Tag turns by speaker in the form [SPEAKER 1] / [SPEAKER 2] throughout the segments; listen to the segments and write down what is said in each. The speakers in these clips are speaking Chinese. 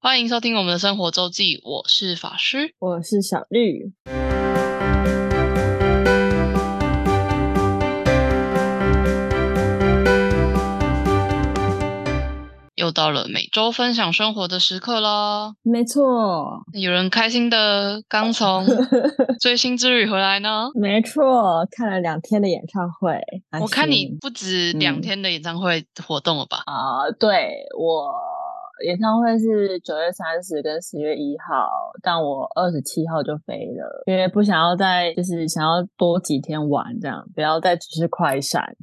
[SPEAKER 1] 欢迎收听我们的生活周记，我是法师。
[SPEAKER 2] 我是小绿。
[SPEAKER 1] 又到了每周分享生活的时刻喽！
[SPEAKER 2] 没错，
[SPEAKER 1] 有人开心的刚 从追星之旅回来呢。
[SPEAKER 2] 没错，看了两天的演唱会，开
[SPEAKER 1] 我看你
[SPEAKER 2] 心
[SPEAKER 1] 不止两
[SPEAKER 2] 啊嗯
[SPEAKER 1] 天的演唱会活动了吧？
[SPEAKER 2] 啊、对我演唱会是九月三十跟十月一号，但我二十七号就飞了，因为不想要再就是想要多几天玩这样，不要再只是快闪。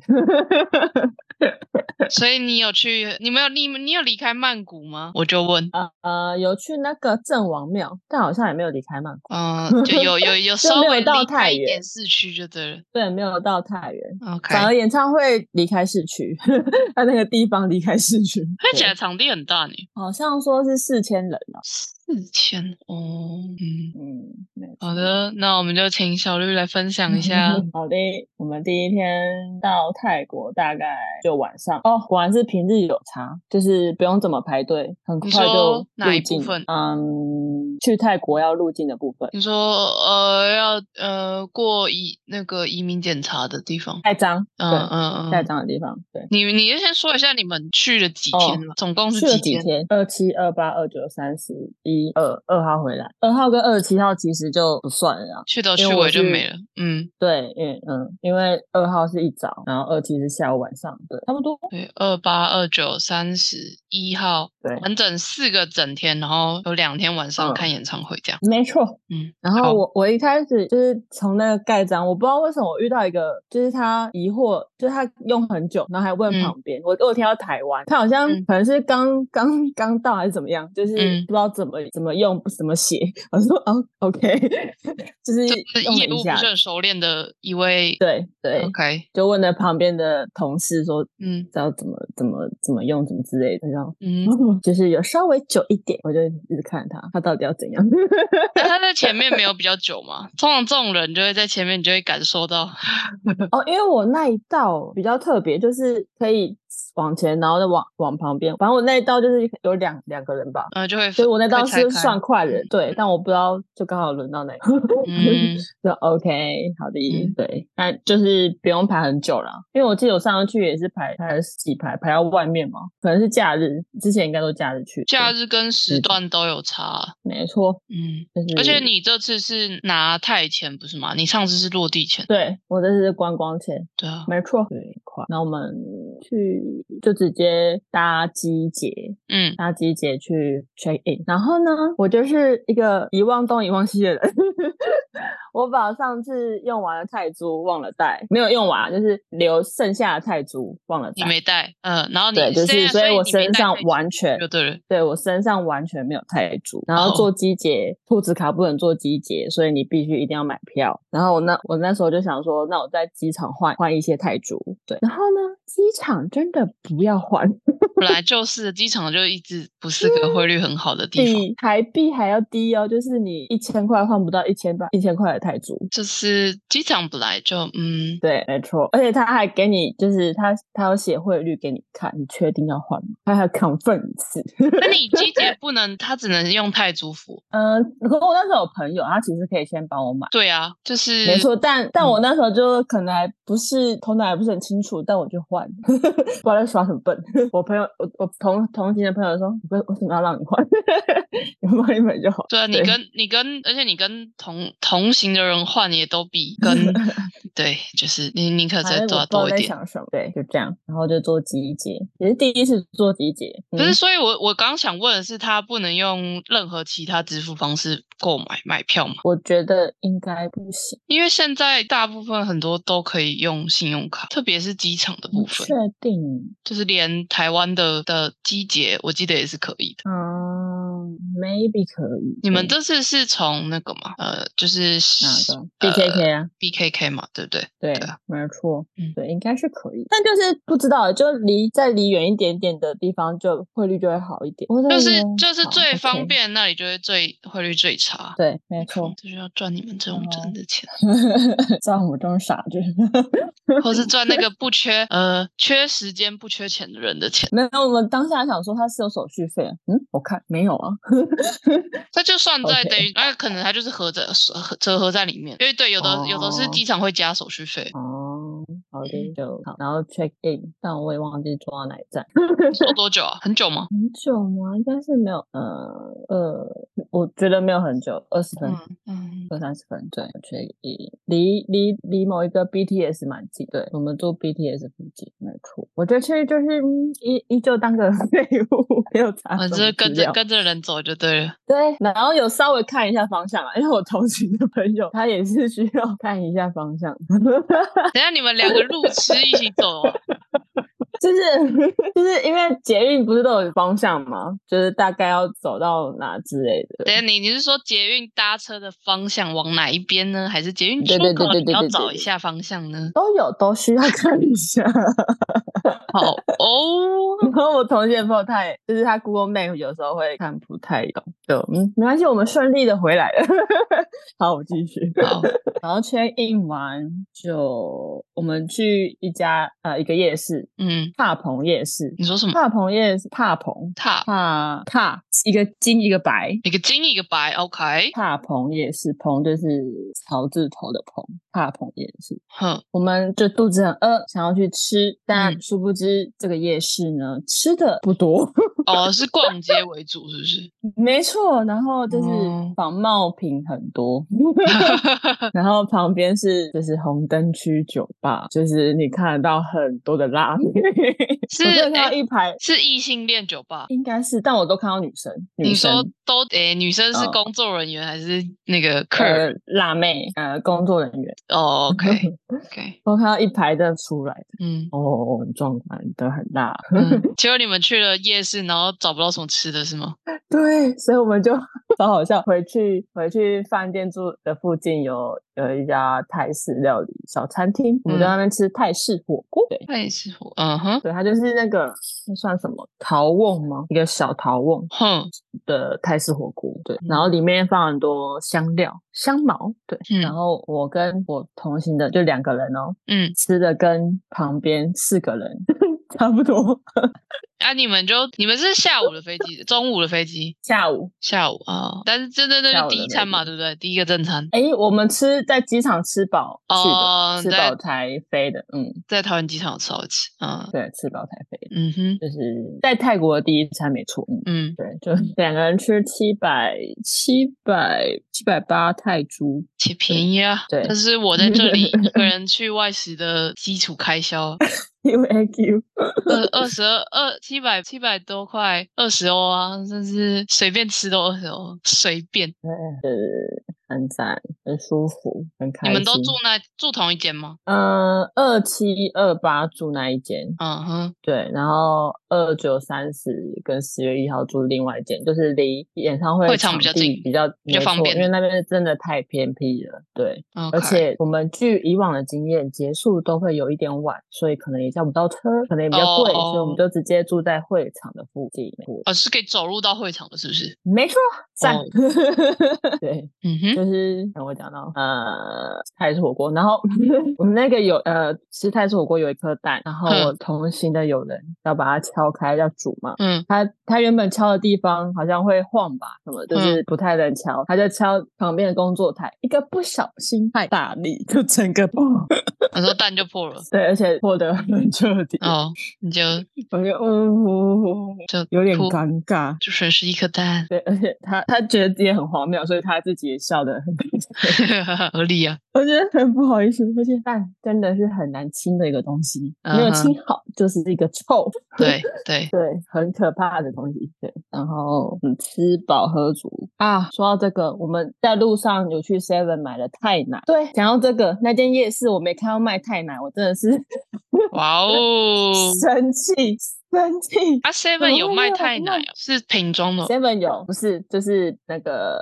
[SPEAKER 1] 所以你有去？你没有你你有离开曼谷吗？我就问。
[SPEAKER 2] 呃呃，有去那个郑王庙，但好像也没有离开曼谷，
[SPEAKER 1] 嗯、就有有有
[SPEAKER 2] 就
[SPEAKER 1] 稍
[SPEAKER 2] 没有
[SPEAKER 1] 微
[SPEAKER 2] 到
[SPEAKER 1] 离开
[SPEAKER 2] 太
[SPEAKER 1] 一点
[SPEAKER 2] 远
[SPEAKER 1] 市区就对了。
[SPEAKER 2] 对，没有到太原。
[SPEAKER 1] OK，
[SPEAKER 2] 反而演唱会离开市区， 在那个地方离开市区，
[SPEAKER 1] 看起
[SPEAKER 2] 对
[SPEAKER 1] 来场地很大呢，
[SPEAKER 2] 好像说是四千人啊。
[SPEAKER 1] 四千哦。嗯，
[SPEAKER 2] 嗯，没错
[SPEAKER 1] 好，的，那我们就请小绿来分享一下。
[SPEAKER 2] 好的，我们第一天到泰国大概就晚上哦，果然是平日有差，就是不用怎么排队，很快
[SPEAKER 1] 你
[SPEAKER 2] 就
[SPEAKER 1] 说哪
[SPEAKER 2] 入
[SPEAKER 1] 一部
[SPEAKER 2] 境。
[SPEAKER 1] 分嗯
[SPEAKER 2] 嗯，去泰国要入境的部分。
[SPEAKER 1] 你说呃要呃过移那个移民检查的地方，
[SPEAKER 2] 盖章，
[SPEAKER 1] 嗯嗯
[SPEAKER 2] 盖
[SPEAKER 1] 嗯，
[SPEAKER 2] 章的地方，对，
[SPEAKER 1] 你你就先说一下你们去了几
[SPEAKER 2] 哦
[SPEAKER 1] 天吧，总共是
[SPEAKER 2] 去了几
[SPEAKER 1] 天？
[SPEAKER 2] 天？二七、二八、二九、三十一、二二号回来，二号跟二十七号其实就不算了啦。
[SPEAKER 1] 去头
[SPEAKER 2] 因
[SPEAKER 1] 去
[SPEAKER 2] 为我
[SPEAKER 1] 尾就是没了。嗯，
[SPEAKER 2] 对，嗯嗯，因为二号是一早，然后二七是下午晚上，对，差不多。
[SPEAKER 1] 对，二八、二九、三十一号，
[SPEAKER 2] 对
[SPEAKER 1] 完整四个整天，然后有两天晚上
[SPEAKER 2] 嗯
[SPEAKER 1] 看演唱会这样。
[SPEAKER 2] 没错，
[SPEAKER 1] 嗯，
[SPEAKER 2] 然
[SPEAKER 1] 好
[SPEAKER 2] 后我我一开始就是从那个盖章，我不知道为什么我遇到一个，就是他疑惑，就是他用很久，然后还问
[SPEAKER 1] 嗯
[SPEAKER 2] 旁边，我我有听到台湾，他好像
[SPEAKER 1] 嗯
[SPEAKER 2] 可能是刚刚刚到还是怎么样，就是
[SPEAKER 1] 嗯
[SPEAKER 2] 不知道怎么怎么用怎么写， 我说哦，OK，就是
[SPEAKER 1] 就是
[SPEAKER 2] 用
[SPEAKER 1] 业
[SPEAKER 2] 了一
[SPEAKER 1] 务不
[SPEAKER 2] 下
[SPEAKER 1] 是，很熟练的一位。
[SPEAKER 2] 对对，
[SPEAKER 1] OK，
[SPEAKER 2] 就问了旁边的同事说，
[SPEAKER 1] 嗯
[SPEAKER 2] 知道怎么怎么怎么用怎么之类的，然后
[SPEAKER 1] 嗯，
[SPEAKER 2] 就是有稍微久一点，我就一直看他，他到底要怎样。
[SPEAKER 1] 但他在前面没有比较久嘛？通常这种人就会在前面，你就会感受到，
[SPEAKER 2] 哦，因为我那一道比较特别，就是可以往前，然后再往往旁边。反正我那一道就是有两两个人吧，
[SPEAKER 1] 呃，就会
[SPEAKER 2] 所以我那道
[SPEAKER 1] 会拆
[SPEAKER 2] 是
[SPEAKER 1] 开
[SPEAKER 2] 算快人
[SPEAKER 1] 嗯，
[SPEAKER 2] 对。但我不知道，就刚好轮到那个，
[SPEAKER 1] 嗯
[SPEAKER 2] 就 OK，好的，
[SPEAKER 1] 嗯
[SPEAKER 2] 对。那就是不用排很久了，因为我记得我上次去也是排排了几排，排到外面嘛，可能是假日，之前应该都假日去的。
[SPEAKER 1] 假日跟时
[SPEAKER 2] 嗯
[SPEAKER 1] 段都有差。
[SPEAKER 2] 没错，
[SPEAKER 1] 嗯，
[SPEAKER 2] 就是
[SPEAKER 1] 而且你这次是拿泰钱不是吗？你上次是落地钱，
[SPEAKER 2] 对我这是观光钱，
[SPEAKER 1] 对啊，
[SPEAKER 2] 没错，对，快。然后我们去就直接搭机捷。
[SPEAKER 1] 嗯，
[SPEAKER 2] 搭机姐去 check in，然后呢，我就是一个遗忘东遗忘西的人， 我把上次用完的泰铢忘了带，没有用完，啊就是留剩下的泰铢忘了
[SPEAKER 1] 你
[SPEAKER 2] 带。
[SPEAKER 1] 没带，嗯，然后你
[SPEAKER 2] 对，就
[SPEAKER 1] 虽
[SPEAKER 2] 是
[SPEAKER 1] 然
[SPEAKER 2] 所
[SPEAKER 1] 所
[SPEAKER 2] 以我
[SPEAKER 1] 你没
[SPEAKER 2] 身
[SPEAKER 1] 带
[SPEAKER 2] 上
[SPEAKER 1] 泰铢
[SPEAKER 2] 完全
[SPEAKER 1] 就对了，
[SPEAKER 2] 对我身上完全没有泰铢，然后
[SPEAKER 1] 哦
[SPEAKER 2] 做机姐，兔子卡不能做机姐，所以你必须一定要买票。然后我那我那时候就想说，那我在机场换换一些泰铢，对。然后呢，机场真的不要换，
[SPEAKER 1] 本来就是机场就一直不是个汇率很好的地方，
[SPEAKER 2] 比台币还要低哦，就是你一千块换不到一千多一千块的泰铢。
[SPEAKER 1] 就是机场本来就嗯，
[SPEAKER 2] 对，没错，而且他还给你，就是他他有写汇率给你看，你确定要换吗？他还 confirm 一次。
[SPEAKER 1] 那你机姐不能，她只能用泰铢付，
[SPEAKER 2] 嗯、可我那时候有朋友，他其实可以先帮我买，
[SPEAKER 1] 对啊，就是
[SPEAKER 2] 没错，但但
[SPEAKER 1] 嗯
[SPEAKER 2] 我那时候就可能还不是头脑还不是很清楚，但我就换， 不知道在耍什么笨。 我朋友，我我同同行的朋友说，为为什么要让你换？ 你帮你买就好。
[SPEAKER 1] 对啊，你
[SPEAKER 2] 对
[SPEAKER 1] 跟你跟，而且你跟同同行的人换也都比跟 对，就是你宁可
[SPEAKER 2] 反
[SPEAKER 1] 再
[SPEAKER 2] 正哎我
[SPEAKER 1] 抓
[SPEAKER 2] 不知道
[SPEAKER 1] 多一
[SPEAKER 2] 在
[SPEAKER 1] 点。
[SPEAKER 2] 想什么，对，就这样，然后就做集结，也是第一次做集结，嗯
[SPEAKER 1] 不是，所以我我刚想问的是，他不能用任何其他支付方式购买买票嘛？
[SPEAKER 2] 我觉得应该不行，
[SPEAKER 1] 因为现在大部分很多都可以用信用卡，特别是机场的部
[SPEAKER 2] 不
[SPEAKER 1] 分
[SPEAKER 2] 确，定，
[SPEAKER 1] 就是连台湾的的机捷，我记得也是可以的。
[SPEAKER 2] 嗯， maybe 可以。
[SPEAKER 1] 你们
[SPEAKER 2] 对
[SPEAKER 1] 这次是从那个嘛，呃，就是
[SPEAKER 2] 哪个
[SPEAKER 1] 呃
[SPEAKER 2] BKK 啊？
[SPEAKER 1] BKK 嘛，对不对？
[SPEAKER 2] 对
[SPEAKER 1] 对啊，
[SPEAKER 2] 没错
[SPEAKER 1] 嗯，
[SPEAKER 2] 对，应该是可以，但就是不知道，就离再离远一点点的地方，就汇率就会好一点。我
[SPEAKER 1] 就
[SPEAKER 2] 真的
[SPEAKER 1] 是
[SPEAKER 2] 觉得
[SPEAKER 1] 就是
[SPEAKER 2] 好
[SPEAKER 1] 最
[SPEAKER 2] OK
[SPEAKER 1] 方便那里就会最汇率最差。，
[SPEAKER 2] 对，没 错哦
[SPEAKER 1] 就是要赚你们这种真的钱，
[SPEAKER 2] 像我们这种傻子，
[SPEAKER 1] 或是赚那个不缺呃缺时间不缺钱的人的钱。
[SPEAKER 2] 没有，我们当下想说它是有手续费，嗯，我看没有啊，
[SPEAKER 1] 他就算在
[SPEAKER 2] OK
[SPEAKER 1] 等于，那、可能他就是合着合折合在里面，因为对有的、有的是
[SPEAKER 2] 哦，
[SPEAKER 1] 机场会加手续费
[SPEAKER 2] 哦，好的，
[SPEAKER 1] 嗯
[SPEAKER 2] 就好，然后 check in，但我也忘记坐到哪一站，
[SPEAKER 1] 收多久啊？很久吗？
[SPEAKER 2] 很久吗？应该是没有，呃呃，我觉得没有很久，二十分钟
[SPEAKER 1] 嗯 嗯，
[SPEAKER 2] 二三十分钟，所以离离离某一个 BTS 蛮近，对我们住 BTS 附近，没错。我觉得其实就是嗯依依旧当个 废物，没有查
[SPEAKER 1] 我
[SPEAKER 2] 什
[SPEAKER 1] 就
[SPEAKER 2] 么
[SPEAKER 1] 是跟
[SPEAKER 2] 资
[SPEAKER 1] 着
[SPEAKER 2] 料
[SPEAKER 1] 跟着人走就对了。
[SPEAKER 2] 对，然后有稍微看一下方向啊，因为我同行的朋友他也是需要看一下方向，
[SPEAKER 1] 等一下你们两个 路痴一起走啊？
[SPEAKER 2] 就是就是 因为捷运不是都有方向吗？就是大概要走到哪之类的。
[SPEAKER 1] 等一下你你是说捷运搭车的方向往哪一边呢？还是捷运出
[SPEAKER 2] 对对对
[SPEAKER 1] 口
[SPEAKER 2] 对
[SPEAKER 1] 你要
[SPEAKER 2] 对对
[SPEAKER 1] 找
[SPEAKER 2] 对
[SPEAKER 1] 一下方向呢？
[SPEAKER 2] 都有都需要看一下，
[SPEAKER 1] 好哦，
[SPEAKER 2] 然后我同学朋友他也就是他 Google Map 有时候会看不太懂，就嗯没关系，我们顺利的回来了。 好，我继续。
[SPEAKER 1] 好，
[SPEAKER 2] 然后 check in 完就我们去一家呃一个夜市，
[SPEAKER 1] 嗯，
[SPEAKER 2] 帕蓬夜市。
[SPEAKER 1] 你说什么？
[SPEAKER 2] 帕蓬夜市，帕蓬
[SPEAKER 1] 踏
[SPEAKER 2] 帕帕一个金一个白，
[SPEAKER 1] 一个金一个白，OK，
[SPEAKER 2] 帕蓬夜市，蓬就是草字头的蓬，帕蓬夜市。
[SPEAKER 1] 哼，
[SPEAKER 2] 我们就肚子很饿，想要去吃，但
[SPEAKER 1] 嗯
[SPEAKER 2] 殊不知这个夜市呢，吃的不多。
[SPEAKER 1] 哦，是逛街为主是不是？
[SPEAKER 2] 没错，然后就是
[SPEAKER 1] 哦
[SPEAKER 2] 仿冒品很 多，然后旁边是就是红灯区酒吧，就是你看得到很多的辣妹，
[SPEAKER 1] 是
[SPEAKER 2] 我真的看到
[SPEAKER 1] 诶
[SPEAKER 2] 一排。
[SPEAKER 1] 是异性恋酒吧。
[SPEAKER 2] 应该是，但我都看到女生，女
[SPEAKER 1] 你
[SPEAKER 2] 生
[SPEAKER 1] 说都诶、女生是
[SPEAKER 2] 嗯
[SPEAKER 1] 工作人员还是那个客人？
[SPEAKER 2] 呃辣妹呃工作人员，
[SPEAKER 1] 哦，OK OK，
[SPEAKER 2] 我看到一排的出来的，
[SPEAKER 1] 嗯
[SPEAKER 2] 哦，很壮观的很辣，
[SPEAKER 1] 嗯。结果你们去了夜市，然后找不到什么吃的是吗？
[SPEAKER 2] 对，所以我们就 超好笑。回去回去饭店住的附近有有一家泰式料理小餐厅，我们在
[SPEAKER 1] 嗯
[SPEAKER 2] 那边吃泰式火锅。对，
[SPEAKER 1] 夜市火，嗯哼，
[SPEAKER 2] 对，它就是那个那算什么陶瓮吗？一个小陶瓮
[SPEAKER 1] 哼，
[SPEAKER 2] 的泰式火锅。对，然后里面放很多香料、香茅。对，然
[SPEAKER 1] 嗯
[SPEAKER 2] 后我跟我同行的就两个人哦，
[SPEAKER 1] 嗯。
[SPEAKER 2] 吃的跟旁边四个人 差不多。
[SPEAKER 1] 啊，你们就你们是下午的飞机，中午的飞机，
[SPEAKER 2] 下午
[SPEAKER 1] 下午啊、哦但是真的那
[SPEAKER 2] 下
[SPEAKER 1] 就
[SPEAKER 2] 午
[SPEAKER 1] 第
[SPEAKER 2] 的
[SPEAKER 1] 一餐
[SPEAKER 2] 飞
[SPEAKER 1] 嘛，
[SPEAKER 2] 机
[SPEAKER 1] 对不对？第一个正餐
[SPEAKER 2] 诶，我们吃在机场吃饱去的，
[SPEAKER 1] 哦
[SPEAKER 2] 吃
[SPEAKER 1] 在
[SPEAKER 2] 饱才飞的，嗯，
[SPEAKER 1] 在桃园机场有吃好吃，嗯
[SPEAKER 2] 对，吃饱才飞的，
[SPEAKER 1] 嗯哼，
[SPEAKER 2] 就是在泰国的第一餐没错，嗯，
[SPEAKER 1] 嗯，
[SPEAKER 2] 对，就两个人吃七百七百七百八泰铢，
[SPEAKER 1] 且便宜啊。
[SPEAKER 2] 对
[SPEAKER 1] 这是我在这 里一个人去外食的基础开销。啊
[SPEAKER 2] U A Q，
[SPEAKER 1] 二二十二二七百七百多块，二十欧啊，真是随便吃都二十欧，随便。
[SPEAKER 2] 就是很赞，很舒服，很开
[SPEAKER 1] 你
[SPEAKER 2] 心。
[SPEAKER 1] 们都住那住同一间吗？
[SPEAKER 2] 嗯二七二八住那一间，
[SPEAKER 1] 嗯哼，
[SPEAKER 2] 对，然后二九三十跟十月一号住另外一间，就是离演唱会
[SPEAKER 1] 会场比较
[SPEAKER 2] 地
[SPEAKER 1] 近
[SPEAKER 2] 比较
[SPEAKER 1] 比较
[SPEAKER 2] 没
[SPEAKER 1] 方
[SPEAKER 2] 错
[SPEAKER 1] 便
[SPEAKER 2] 因为那边真的太偏僻了，对。而
[SPEAKER 1] OK
[SPEAKER 2] 且我们据以往的经验，结束都会有一点晚，所以可能也叫不到车，可能也比较贵所以我们
[SPEAKER 1] 哦
[SPEAKER 2] 就直接住在会场的附近。
[SPEAKER 1] 哦，是可以走路到会场的，是不是？
[SPEAKER 2] 没错，赞。
[SPEAKER 1] 哦
[SPEAKER 2] 对，
[SPEAKER 1] 嗯
[SPEAKER 2] 就
[SPEAKER 1] 哼，
[SPEAKER 2] 是刚我讲到呃泰式火锅，然后 我们那个有呃吃泰式火锅有一颗蛋，然后
[SPEAKER 1] 嗯
[SPEAKER 2] 我同行的有人要把它敲开要煮嘛，
[SPEAKER 1] 嗯，
[SPEAKER 2] 他他原本敲的地方好像会晃吧，什么
[SPEAKER 1] 嗯
[SPEAKER 2] 就是不太能敲，他就敲旁边的工作台，一个不小心太大力，就整个砰，
[SPEAKER 1] 我说蛋就破了，
[SPEAKER 2] 对，而且破得很彻底，
[SPEAKER 1] 哦，你就
[SPEAKER 2] 我就呜、
[SPEAKER 1] 就
[SPEAKER 2] 有点
[SPEAKER 1] 噗
[SPEAKER 2] 尴尬。
[SPEAKER 1] 就损失一颗蛋，
[SPEAKER 2] 对，而且他他觉得自己很荒谬，所以他自己也笑得很开心，
[SPEAKER 1] 合理啊。
[SPEAKER 2] 我觉得很不好意思。而且蛋真的是很难清的一个东西，没有
[SPEAKER 1] 嗯哼
[SPEAKER 2] 清好就是一个臭。
[SPEAKER 1] 对对，
[SPEAKER 2] 对，很可怕的东西。对，然后嗯，吃饱喝足啊。说到这个，我们在路上有去 Seven 买了泰奶。对，讲到这个，那间夜市我没看到卖泰奶，我真的是
[SPEAKER 1] 哇哦，
[SPEAKER 2] 生气。生气。
[SPEAKER 1] 啊
[SPEAKER 2] 么
[SPEAKER 1] ，Seven
[SPEAKER 2] 会
[SPEAKER 1] 有
[SPEAKER 2] 没
[SPEAKER 1] 卖
[SPEAKER 2] 有
[SPEAKER 1] 太奶
[SPEAKER 2] 卖
[SPEAKER 1] 哦，是瓶装的
[SPEAKER 2] Seven 有不是就是那个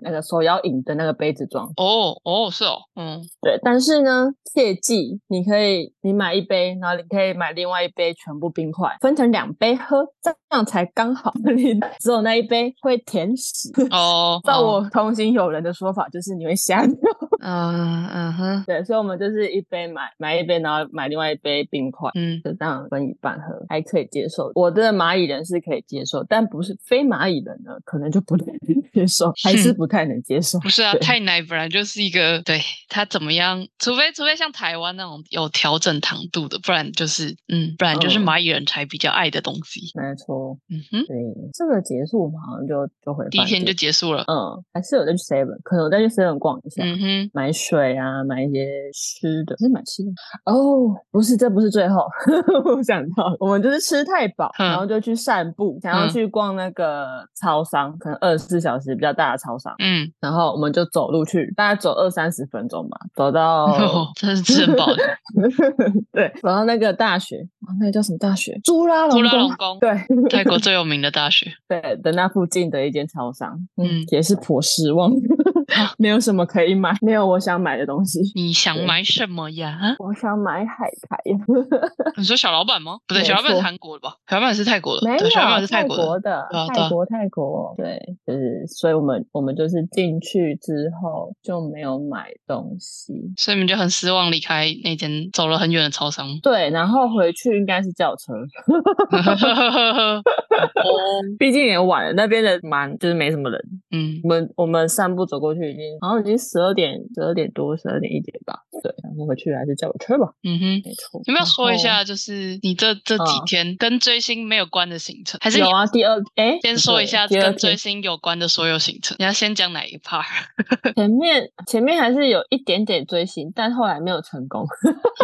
[SPEAKER 2] 那个手摇饮的那个杯子装，
[SPEAKER 1] 哦哦，是哦，嗯，
[SPEAKER 2] 对。但是呢，切记你可以你买一杯，然后你可以买另外一杯全部冰块，分成两杯喝，这样才刚好。 你只有那一杯会甜死。
[SPEAKER 1] 哦，
[SPEAKER 2] 照
[SPEAKER 1] 哦，
[SPEAKER 2] 我同行友人的说法，就是你会瞎掉。
[SPEAKER 1] 嗯嗯哼，
[SPEAKER 2] 对，所以我们就是一杯买买一杯，然后买另外一杯冰块。
[SPEAKER 1] 嗯
[SPEAKER 2] 就这样分一半喝，还可以接受。我的蚂蚁人是可以接受，但不是非蚂蚁人呢，可能就不太能接受，还是不太能接受。
[SPEAKER 1] 不是啊，
[SPEAKER 2] 对
[SPEAKER 1] 太奶本来就是一个，对它怎么样，除非除非像台湾那种有调整糖度的，不然就是，嗯，不然就是
[SPEAKER 2] 嗯
[SPEAKER 1] 蚂蚁人才比较爱的东西。
[SPEAKER 2] 没错，
[SPEAKER 1] 嗯哼，
[SPEAKER 2] 对，这个结束我们好像就就回
[SPEAKER 1] 第一
[SPEAKER 2] 饭
[SPEAKER 1] 天就
[SPEAKER 2] 店
[SPEAKER 1] 结束了。
[SPEAKER 2] 嗯，还是有再去 Seven，可能我再去 Seven 逛一下。
[SPEAKER 1] 嗯哼，
[SPEAKER 2] 买水啊，买一些吃的，是买吃的哦。不是，这不是最后， 我想到了我们就是吃太饱，
[SPEAKER 1] 嗯
[SPEAKER 2] 然后就去散步，想要
[SPEAKER 1] 嗯
[SPEAKER 2] 去逛那个超商，可能二十四小时比较大的超商。
[SPEAKER 1] 嗯，
[SPEAKER 2] 然后我们就走路去，大概走二三十分钟吧，走到、
[SPEAKER 1] 哦，真是吃很饱的。
[SPEAKER 2] 对，走到那个大学，啊，那个叫什么大学？朱拉隆
[SPEAKER 1] 朱拉
[SPEAKER 2] 功
[SPEAKER 1] 隆功，
[SPEAKER 2] 对
[SPEAKER 1] 泰国最有名的大学。
[SPEAKER 2] 对的那附近的一间超商，嗯
[SPEAKER 1] 嗯，
[SPEAKER 2] 也是颇失 望，没有什么可以买，没有我想买的东西。
[SPEAKER 1] 你想
[SPEAKER 2] 对
[SPEAKER 1] 买什么呀？
[SPEAKER 2] 我想买海苔，
[SPEAKER 1] 你说小老板吗？不对，
[SPEAKER 2] 没
[SPEAKER 1] 小老板是
[SPEAKER 2] 错
[SPEAKER 1] 韩国的吧？小老板是泰国的，
[SPEAKER 2] 没
[SPEAKER 1] 对，小老板
[SPEAKER 2] 有啊
[SPEAKER 1] 是泰
[SPEAKER 2] 国
[SPEAKER 1] 国的。
[SPEAKER 2] 的
[SPEAKER 1] 对啊对
[SPEAKER 2] 泰
[SPEAKER 1] 啊
[SPEAKER 2] 国泰国，对，就是，所以我们我们就是进去之后就没有买东西，
[SPEAKER 1] 所以你们就很失望，离开那间走了很远的超 商。
[SPEAKER 2] 对，然后回去应该是叫车，
[SPEAKER 1] 哦，
[SPEAKER 2] 毕竟也晚了，那边的蛮就是没什么人。
[SPEAKER 1] 嗯
[SPEAKER 2] 我们我们散步走过去已经好像已经十二点十二点多十二点一点吧，对，然后回去还是叫我车吧，
[SPEAKER 1] 嗯哼，
[SPEAKER 2] 没错。
[SPEAKER 1] 有没有
[SPEAKER 2] 然
[SPEAKER 1] 说一
[SPEAKER 2] 后？
[SPEAKER 1] 下，就是你这这几
[SPEAKER 2] 嗯
[SPEAKER 1] 天跟追星没有关的行程，还是
[SPEAKER 2] 有
[SPEAKER 1] 你
[SPEAKER 2] 啊，第二哎，
[SPEAKER 1] 先
[SPEAKER 2] 不
[SPEAKER 1] 说
[SPEAKER 2] 对
[SPEAKER 1] 一下
[SPEAKER 2] 第二
[SPEAKER 1] 跟
[SPEAKER 2] 天
[SPEAKER 1] 追星有关的所有行程？你要先讲哪一 part？
[SPEAKER 2] 前面前面还是有一点点追星，但后来没有成功。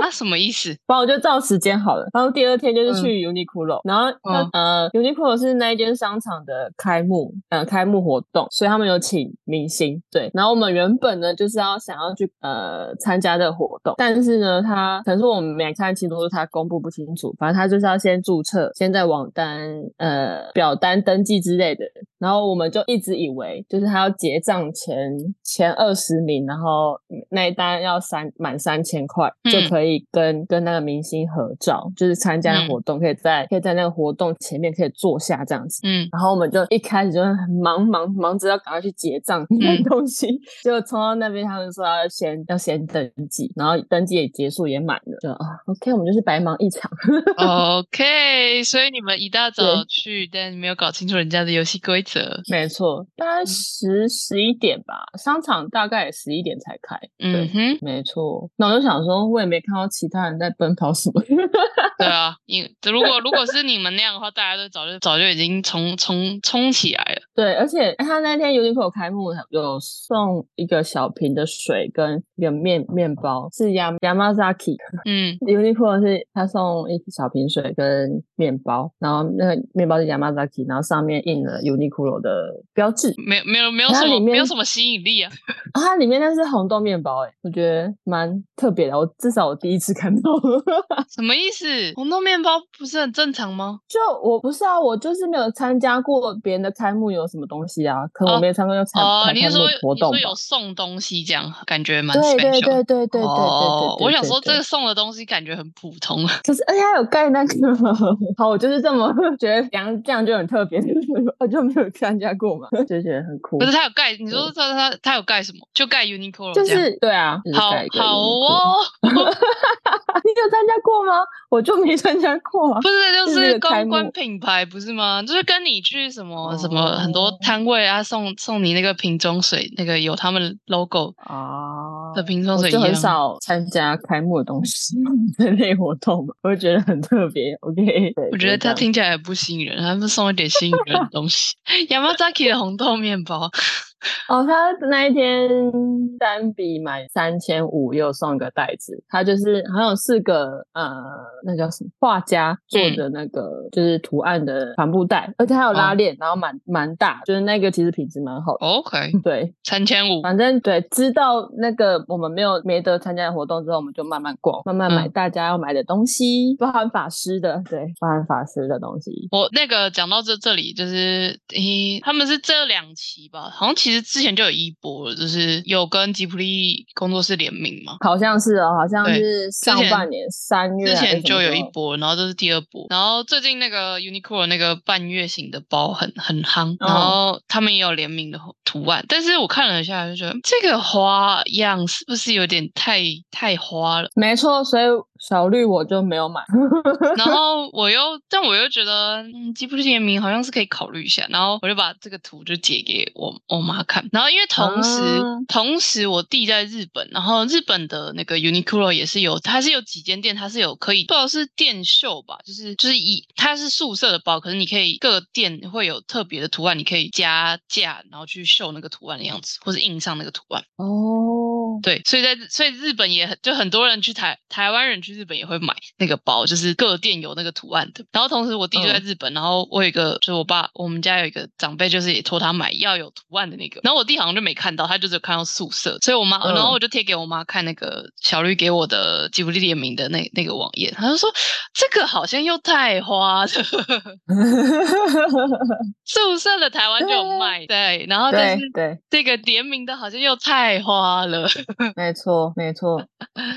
[SPEAKER 1] 啊，什么意思？
[SPEAKER 2] 不然我就照时间好了。然后第二天就是去 Uniqlo，、然后、
[SPEAKER 1] 嗯
[SPEAKER 2] 呃，Uniqlo 是那一间商场的开幕，呃，开幕活动，所以他们有请明星。对，然后我们原本呢就是要想要去呃参加这个活动，但是呢，他可能是我们没看清楚，或者他公布不清楚，反正他就是要先注册，先在网单呃表单登记之类的，然后我们就一直以为就是他要结账前前二十名，然后那一单要三满三千块、就
[SPEAKER 1] 嗯
[SPEAKER 2] 可以跟跟那个明星合照，就是参加
[SPEAKER 1] 嗯
[SPEAKER 2] 活动，可以在可以在那个活动前面可以坐下这样子。
[SPEAKER 1] 嗯
[SPEAKER 2] 然后我们就一开始就很忙忙忙着要赶快去结账看
[SPEAKER 1] 嗯
[SPEAKER 2] 东西，结果冲到那边他们说要先要先登记，然后登记也结束也满了，就啊 OK，我们就是白忙一场。
[SPEAKER 1] ，OK，所以 你们一大早
[SPEAKER 2] 对
[SPEAKER 1] 去，但没有搞清楚人家的游戏规则。
[SPEAKER 2] 没错，大
[SPEAKER 1] 嗯
[SPEAKER 2] 概十十一点吧，商场大概十一点才开。
[SPEAKER 1] 嗯哼，
[SPEAKER 2] 没错，那我就想说，我也没看到其他人在奔跑什么。
[SPEAKER 1] 对啊，你如果如果是你们那样的话，大家都早就早就已经冲冲冲起来了。
[SPEAKER 2] 对，而且他那天 Uniqlo 开幕有送一个小瓶的水跟一个面面包，是 Yam Yamazaki
[SPEAKER 1] 嗯
[SPEAKER 2] Uniqlo 是他送一小瓶水跟面包，然后那个面包是 Yamazaki，然后上面印了 Uniqlo 的标志。
[SPEAKER 1] 没有没有没有
[SPEAKER 2] 它
[SPEAKER 1] 什么
[SPEAKER 2] 里
[SPEAKER 1] 没有
[SPEAKER 2] 面
[SPEAKER 1] 什么吸引力啊。
[SPEAKER 2] 啊，它里面那是红豆面包、欸，我觉得蛮特别的，我至少我第一次看到。
[SPEAKER 1] 什么意思？红豆面包不是很正常吗？
[SPEAKER 2] 就我不是啊，我就是没有参加过别人的开幕有什么东西啊，可能
[SPEAKER 1] 哦
[SPEAKER 2] 我没有参加过参
[SPEAKER 1] 哦，
[SPEAKER 2] 开
[SPEAKER 1] 你是
[SPEAKER 2] 开幕
[SPEAKER 1] 说
[SPEAKER 2] 活
[SPEAKER 1] 你
[SPEAKER 2] 动
[SPEAKER 1] 说
[SPEAKER 2] 吧。
[SPEAKER 1] 有送东西这样，感觉蛮
[SPEAKER 2] 对
[SPEAKER 1] special
[SPEAKER 2] 对对对
[SPEAKER 1] 的。
[SPEAKER 2] 对对对
[SPEAKER 1] 哦，
[SPEAKER 2] 对，
[SPEAKER 1] 我
[SPEAKER 2] 对
[SPEAKER 1] 想
[SPEAKER 2] 对
[SPEAKER 1] 说这
[SPEAKER 2] 对
[SPEAKER 1] 个送的东西感觉很普通。
[SPEAKER 2] 可是而且还有盖那个，好，我就是这么觉得，这样这样就很特别， 我就没有参加过嘛，就觉得很酷
[SPEAKER 1] 可。是它有盖，你说它它它有盖什么？就盖 Uniqlo
[SPEAKER 2] 就
[SPEAKER 1] 这样。
[SPEAKER 2] 是对啊，就是
[SPEAKER 1] 好
[SPEAKER 2] 盖一个
[SPEAKER 1] 好
[SPEAKER 2] Uniqlo，
[SPEAKER 1] 哦，
[SPEAKER 2] 你有参加过吗？我就没参加过啊
[SPEAKER 1] 不。是就
[SPEAKER 2] 就是
[SPEAKER 1] 是
[SPEAKER 2] 那个开
[SPEAKER 1] 公关
[SPEAKER 2] 幕
[SPEAKER 1] 品牌不是吗？就是跟你去什么什么很多
[SPEAKER 2] 哦
[SPEAKER 1] 摊位啊，送送你那个瓶装水，那个有他们 logo
[SPEAKER 2] 啊
[SPEAKER 1] 的瓶装
[SPEAKER 2] 我
[SPEAKER 1] 水一
[SPEAKER 2] 就很
[SPEAKER 1] 样。
[SPEAKER 2] 少参加开幕的东西 这类活动嘛，我就觉得很特别。OK，对
[SPEAKER 1] 我觉得
[SPEAKER 2] 就是这
[SPEAKER 1] 它
[SPEAKER 2] 样
[SPEAKER 1] 听起来也不吸引人，他们送一点吸引人的东西。Yamazaki 的红豆面包，
[SPEAKER 2] 哦，他那一天单笔买三千五，又送个袋子。他就是好像有四个呃，那叫什么画家做
[SPEAKER 1] 嗯
[SPEAKER 2] 的那个，就是图案的帆布袋，而且还有
[SPEAKER 1] 哦
[SPEAKER 2] 拉链，然后蛮蛮大，就是那个其实品质蛮好的。
[SPEAKER 1] OK，
[SPEAKER 2] 对，
[SPEAKER 1] 三千五，
[SPEAKER 2] 反正对，知道那个我们没有没得参加的活动之后，我们就慢慢逛，慢慢买
[SPEAKER 1] 嗯
[SPEAKER 2] 大家要买的东西，包含法师的，对，包含法师的东西。
[SPEAKER 1] 我那个讲到这这里，就是诶，他们是这两期吧，好像其实之前就有一波了，就是有跟吉普力工作室联名嘛，
[SPEAKER 2] 好像是哦，好像
[SPEAKER 1] 对
[SPEAKER 2] 是上
[SPEAKER 1] 前
[SPEAKER 2] 半年三月
[SPEAKER 1] 之
[SPEAKER 2] 还
[SPEAKER 1] 前
[SPEAKER 2] 是啊什么
[SPEAKER 1] 就有
[SPEAKER 2] 时
[SPEAKER 1] 一
[SPEAKER 2] 候
[SPEAKER 1] 波，然后这是第二波，然后最近那个 Uniqlo 那个半月形的包很很夯，
[SPEAKER 2] 嗯
[SPEAKER 1] 然后他们也有联名的图案，但是我看了一下就觉得这个花样是不是有点太太花了？
[SPEAKER 2] 没错，所以小绿我就没有买。
[SPEAKER 1] 然后我又，但我又觉得，嗯，吉普力联名好像是可以考虑一下。然后我就把这个图就截给我我妈看。然后因为同时、
[SPEAKER 2] 啊
[SPEAKER 1] 同时我弟在日本，然后日本的那个 Uniqlo 也是有，它是有几间店，它是有可以不知道是店秀吧，就是就是以它是宿舍的包，可是你可以各店会有特别的图案，你可以加价，然后去秀那个图案的样子，或是印上那个图案。
[SPEAKER 2] 哦，
[SPEAKER 1] 对，所以在所以日本也很就很多人去台台湾人去日本也会买那个包，就是各店有那个图案的。然后同时我弟就在
[SPEAKER 2] 嗯
[SPEAKER 1] 日本，然后我有一个就是我爸我们家有一个长辈就是也托他买要有图案的那个，然后我弟好像就没看到，他就只有看到宿舍，所以我妈、
[SPEAKER 2] 嗯
[SPEAKER 1] 然后我就贴给我妈看那个小绿给我的吉卜力联名的那那个网页，她就说这个好像又太花了。宿舍的台湾就有
[SPEAKER 2] 对
[SPEAKER 1] 卖，对，然后但
[SPEAKER 2] 对
[SPEAKER 1] 是
[SPEAKER 2] 对，
[SPEAKER 1] 这个联名的好像又太花了。
[SPEAKER 2] 没错没 错。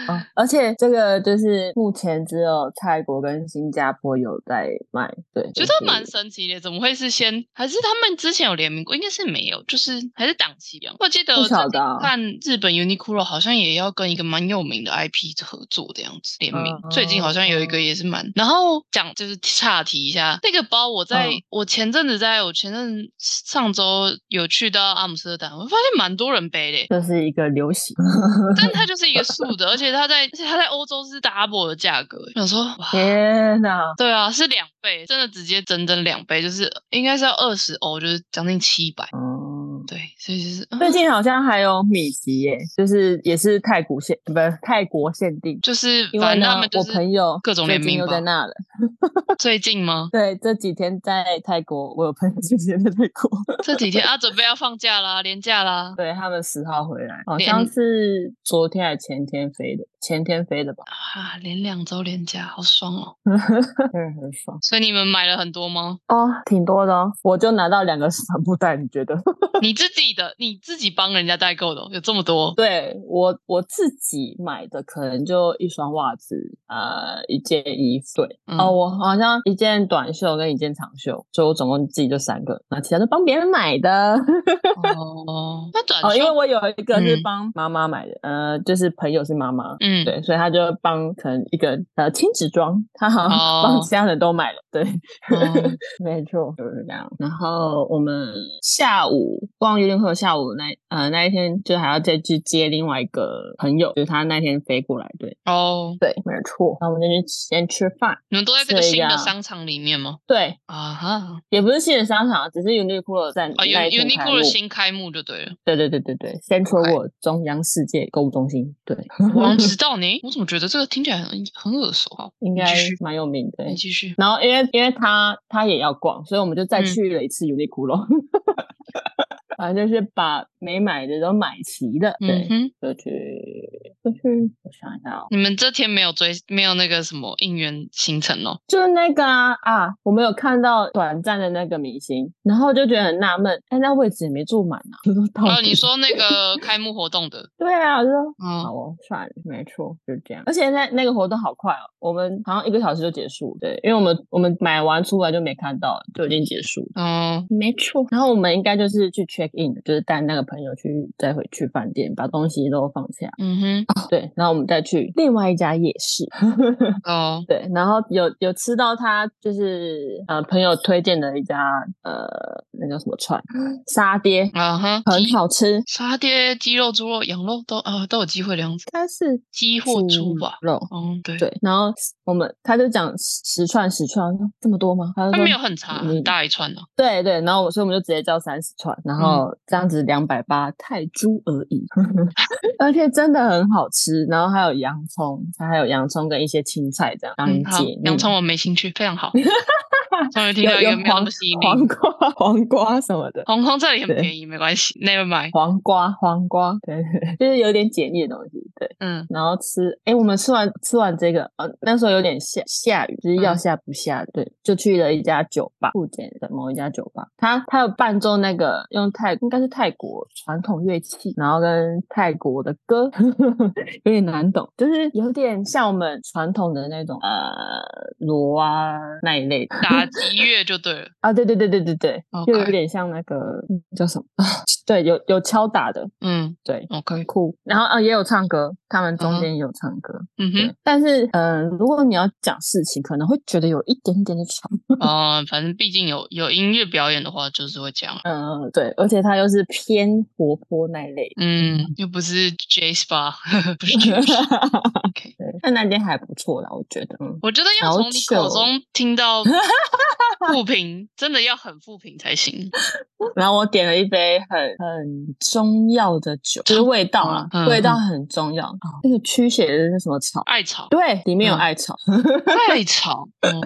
[SPEAKER 2] 哦，而且这个就是目前只有泰国跟新加坡有在卖，对，
[SPEAKER 1] 觉得
[SPEAKER 2] 就是
[SPEAKER 1] 蛮神奇的，怎么会是先？还是他们之前有联名过？应该是没有，就是还是档期两。我记得
[SPEAKER 2] 不
[SPEAKER 1] 最
[SPEAKER 2] 晓
[SPEAKER 1] 近
[SPEAKER 2] 得啊
[SPEAKER 1] 看日本 Uniqlo 好像也要跟一个蛮有名的 IP 合作的样子联名，
[SPEAKER 2] 嗯
[SPEAKER 1] 最近好像有一个也是蛮。然后讲就是岔题一下，那个包我在、
[SPEAKER 2] 嗯。
[SPEAKER 1] 我前阵子在我前阵上周有去到阿姆斯特丹，我发现蛮多人背的欸
[SPEAKER 2] 就是一个流 行，
[SPEAKER 1] 但它就是一个素的，而且它在，而且它在欧洲是 double 的价格。我想说，哇，
[SPEAKER 2] 天哪！
[SPEAKER 1] 对啊，是两倍，真的直接整整两倍，就是应该是要二十欧，就是将近七百。
[SPEAKER 2] 嗯，
[SPEAKER 1] 对，所以就是、嗯
[SPEAKER 2] 最近好像还有米奇耶，就是也是泰国限，不是泰国限定，
[SPEAKER 1] 就是
[SPEAKER 2] 因为
[SPEAKER 1] 反正
[SPEAKER 2] 呢
[SPEAKER 1] 他们就
[SPEAKER 2] 我
[SPEAKER 1] 是
[SPEAKER 2] 朋友
[SPEAKER 1] 各种
[SPEAKER 2] 最
[SPEAKER 1] 联
[SPEAKER 2] 近
[SPEAKER 1] 名
[SPEAKER 2] 又在
[SPEAKER 1] 吧。
[SPEAKER 2] 那了。？
[SPEAKER 1] 最近吗
[SPEAKER 2] 对，这几天在泰国，我有朋友最近在泰国，
[SPEAKER 1] 这几 天啊，准备要放假啦，连假啦，
[SPEAKER 2] 对他们十号回来，好
[SPEAKER 1] 连
[SPEAKER 2] 像是昨天还前天飞的，前天飞的吧，
[SPEAKER 1] 啊，连两周连假，好爽哦！
[SPEAKER 2] 嗯，很爽
[SPEAKER 1] 所以你们买了很多吗？
[SPEAKER 2] 哦，挺多的哦，我就拿到两个帆布袋，你觉得？
[SPEAKER 1] 你自己的，你自己帮人家代购的哦、有这么多？
[SPEAKER 2] 对我我自己买的可能就一双袜子，呃，一件衣服，对，
[SPEAKER 1] 嗯
[SPEAKER 2] 哦，我好像一件短袖跟一件长袖，所以我总共自己就三个，那其他都帮别人买的。
[SPEAKER 1] 哦，那短
[SPEAKER 2] 哦，因为
[SPEAKER 1] 袖，
[SPEAKER 2] 我有一个是
[SPEAKER 1] 嗯
[SPEAKER 2] 帮妈妈买的，呃，就是朋友是妈妈，
[SPEAKER 1] 嗯，
[SPEAKER 2] 对，所以他就帮可能一个呃亲子装，他好像
[SPEAKER 1] 哦
[SPEAKER 2] 帮其他人都买了，对，
[SPEAKER 1] 哦
[SPEAKER 2] 没错，就是这样。然后我们下午逛游泳会下午那呃那一天就还要再去接另外一个朋友，就是他那天飞过来，对
[SPEAKER 1] 哦，
[SPEAKER 2] 对，没错。那我们就去先吃饭，
[SPEAKER 1] 你们都在这个
[SPEAKER 2] 这
[SPEAKER 1] 新的
[SPEAKER 2] 样
[SPEAKER 1] 商场里面吗？
[SPEAKER 2] 对，
[SPEAKER 1] 啊哈，
[SPEAKER 2] 也不是新的商场，只是 Uniqlo 在
[SPEAKER 1] 啊，有
[SPEAKER 2] 那一
[SPEAKER 1] 有
[SPEAKER 2] 天开
[SPEAKER 1] Uniqlo
[SPEAKER 2] 幕
[SPEAKER 1] 的，新开幕就对了。
[SPEAKER 2] 对对对对对，Central World 中央世界购物中心，对，
[SPEAKER 1] 我
[SPEAKER 2] 嗯
[SPEAKER 1] 好像知道呢，我怎么觉得这个听起来很很耳熟啊？
[SPEAKER 2] 应
[SPEAKER 1] 你
[SPEAKER 2] 该
[SPEAKER 1] 继续
[SPEAKER 2] 蛮有名的。
[SPEAKER 1] 你继续。
[SPEAKER 2] 然后因为因为他他也要逛，所以我们就再
[SPEAKER 1] 嗯
[SPEAKER 2] 去了一次 Uniqlo，、反正就是把没买的都买齐了，对，
[SPEAKER 1] 嗯哼，
[SPEAKER 2] 就去就去，我想一下哦，
[SPEAKER 1] 你们这天没有追，没有那个什么应援行程哦。
[SPEAKER 2] 就是那个啊啊，我们有看到短暂的那个明星，然后就觉得很纳闷，哎，那位置也没坐满啊， 就说到底
[SPEAKER 1] 哦，你说那个开幕活动的，
[SPEAKER 2] 对啊，我就说。 好
[SPEAKER 1] 哦，
[SPEAKER 2] 哦，算了，没错，就这样。而且那那个活动好快哦，我们好像一个小时就结束，对，因为我们我们买完出来就没看到，就已经结束了。
[SPEAKER 1] 哦，
[SPEAKER 2] 没错，然后我们应该就是去 check in，就是带那个朋友去再回去饭店，把东西都放下。
[SPEAKER 1] 嗯哼，
[SPEAKER 2] 对，然后我们再去另外一家夜市，
[SPEAKER 1] 哦，
[SPEAKER 2] 对，然后有有吃到他就是呃朋友推荐的一家呃那叫什么串沙爹，
[SPEAKER 1] 啊哈，
[SPEAKER 2] 很
[SPEAKER 1] 鸡
[SPEAKER 2] 好吃，应
[SPEAKER 1] 沙爹、鸡肉、猪肉、羊肉都啊都有机会的样子，
[SPEAKER 2] 该是
[SPEAKER 1] 鸡或猪吧。
[SPEAKER 2] 肉。
[SPEAKER 1] 嗯，对，
[SPEAKER 2] 对，然后我们他就讲十十串十串，我说这么多吗？他就
[SPEAKER 1] 它
[SPEAKER 2] 说
[SPEAKER 1] 没有很长，
[SPEAKER 2] 嗯
[SPEAKER 1] 很大一串的、哦
[SPEAKER 2] 对对，然后我所以我们就直接叫三十串，
[SPEAKER 1] 嗯
[SPEAKER 2] 然后这样子两百八泰铢而已， 而且真的很好吃。然后还有洋葱，它还有洋葱跟一些青菜这样让你
[SPEAKER 1] 嗯，好
[SPEAKER 2] 解，腻。
[SPEAKER 1] 洋葱我没兴趣，非常 好。终于听
[SPEAKER 2] 有
[SPEAKER 1] 到一
[SPEAKER 2] 有
[SPEAKER 1] 个没有那
[SPEAKER 2] 黄
[SPEAKER 1] 么吸引力。
[SPEAKER 2] 黄瓜、 黄瓜什么的，
[SPEAKER 1] 红空这里很
[SPEAKER 2] 对
[SPEAKER 1] 便宜，没关系，Never mind。
[SPEAKER 2] 黄瓜、黄瓜，对 对，对就是有点解腻的东西。对，
[SPEAKER 1] 嗯，
[SPEAKER 2] 然后吃，哎，我们吃完吃完这个，呃，那时候有点下下雨，就是要
[SPEAKER 1] 嗯
[SPEAKER 2] 下不下，对，就去了一家酒吧，福建的某一家酒吧，它它有伴奏那个用泰应该是泰国传统乐器，然后跟泰国的歌， 有点难懂，就是有点像我们传统的那种呃锣啊那一类的
[SPEAKER 1] 打击乐就对了。
[SPEAKER 2] 啊，对对对对对对，就有
[SPEAKER 1] OK
[SPEAKER 2] 点像那个嗯叫什么， 对，有有敲打的，
[SPEAKER 1] 嗯
[SPEAKER 2] 对，
[SPEAKER 1] ，OK，
[SPEAKER 2] 酷，然后啊也有唱歌，他们
[SPEAKER 1] 嗯
[SPEAKER 2] 中
[SPEAKER 1] 哼
[SPEAKER 2] 间也有唱歌。
[SPEAKER 1] 嗯哼
[SPEAKER 2] 对，但是，嗯、如果你要讲事情，可能会觉得有一点点的长。
[SPEAKER 1] 啊、反正毕竟有有音乐表演的话，就是会这样。
[SPEAKER 2] 嗯、对，而且它又是偏活泼那一类的。
[SPEAKER 1] 嗯，又不是 J Spa，不 是 J Spa。OK，
[SPEAKER 2] 对，但那间还不错啦，我觉得。嗯，
[SPEAKER 1] 我觉得要
[SPEAKER 2] 好
[SPEAKER 1] 从你口
[SPEAKER 2] 糗哦
[SPEAKER 1] 中听 到负评，真的要很负评才行。
[SPEAKER 2] 然后我点了一杯很很中药的酒，就是味道啊，
[SPEAKER 1] 嗯
[SPEAKER 2] 味道很重要。那个驱邪的是什么草？
[SPEAKER 1] 艾 草，
[SPEAKER 2] 对，里面有
[SPEAKER 1] 嗯
[SPEAKER 2] 艾草。
[SPEAKER 1] 艾草，嗯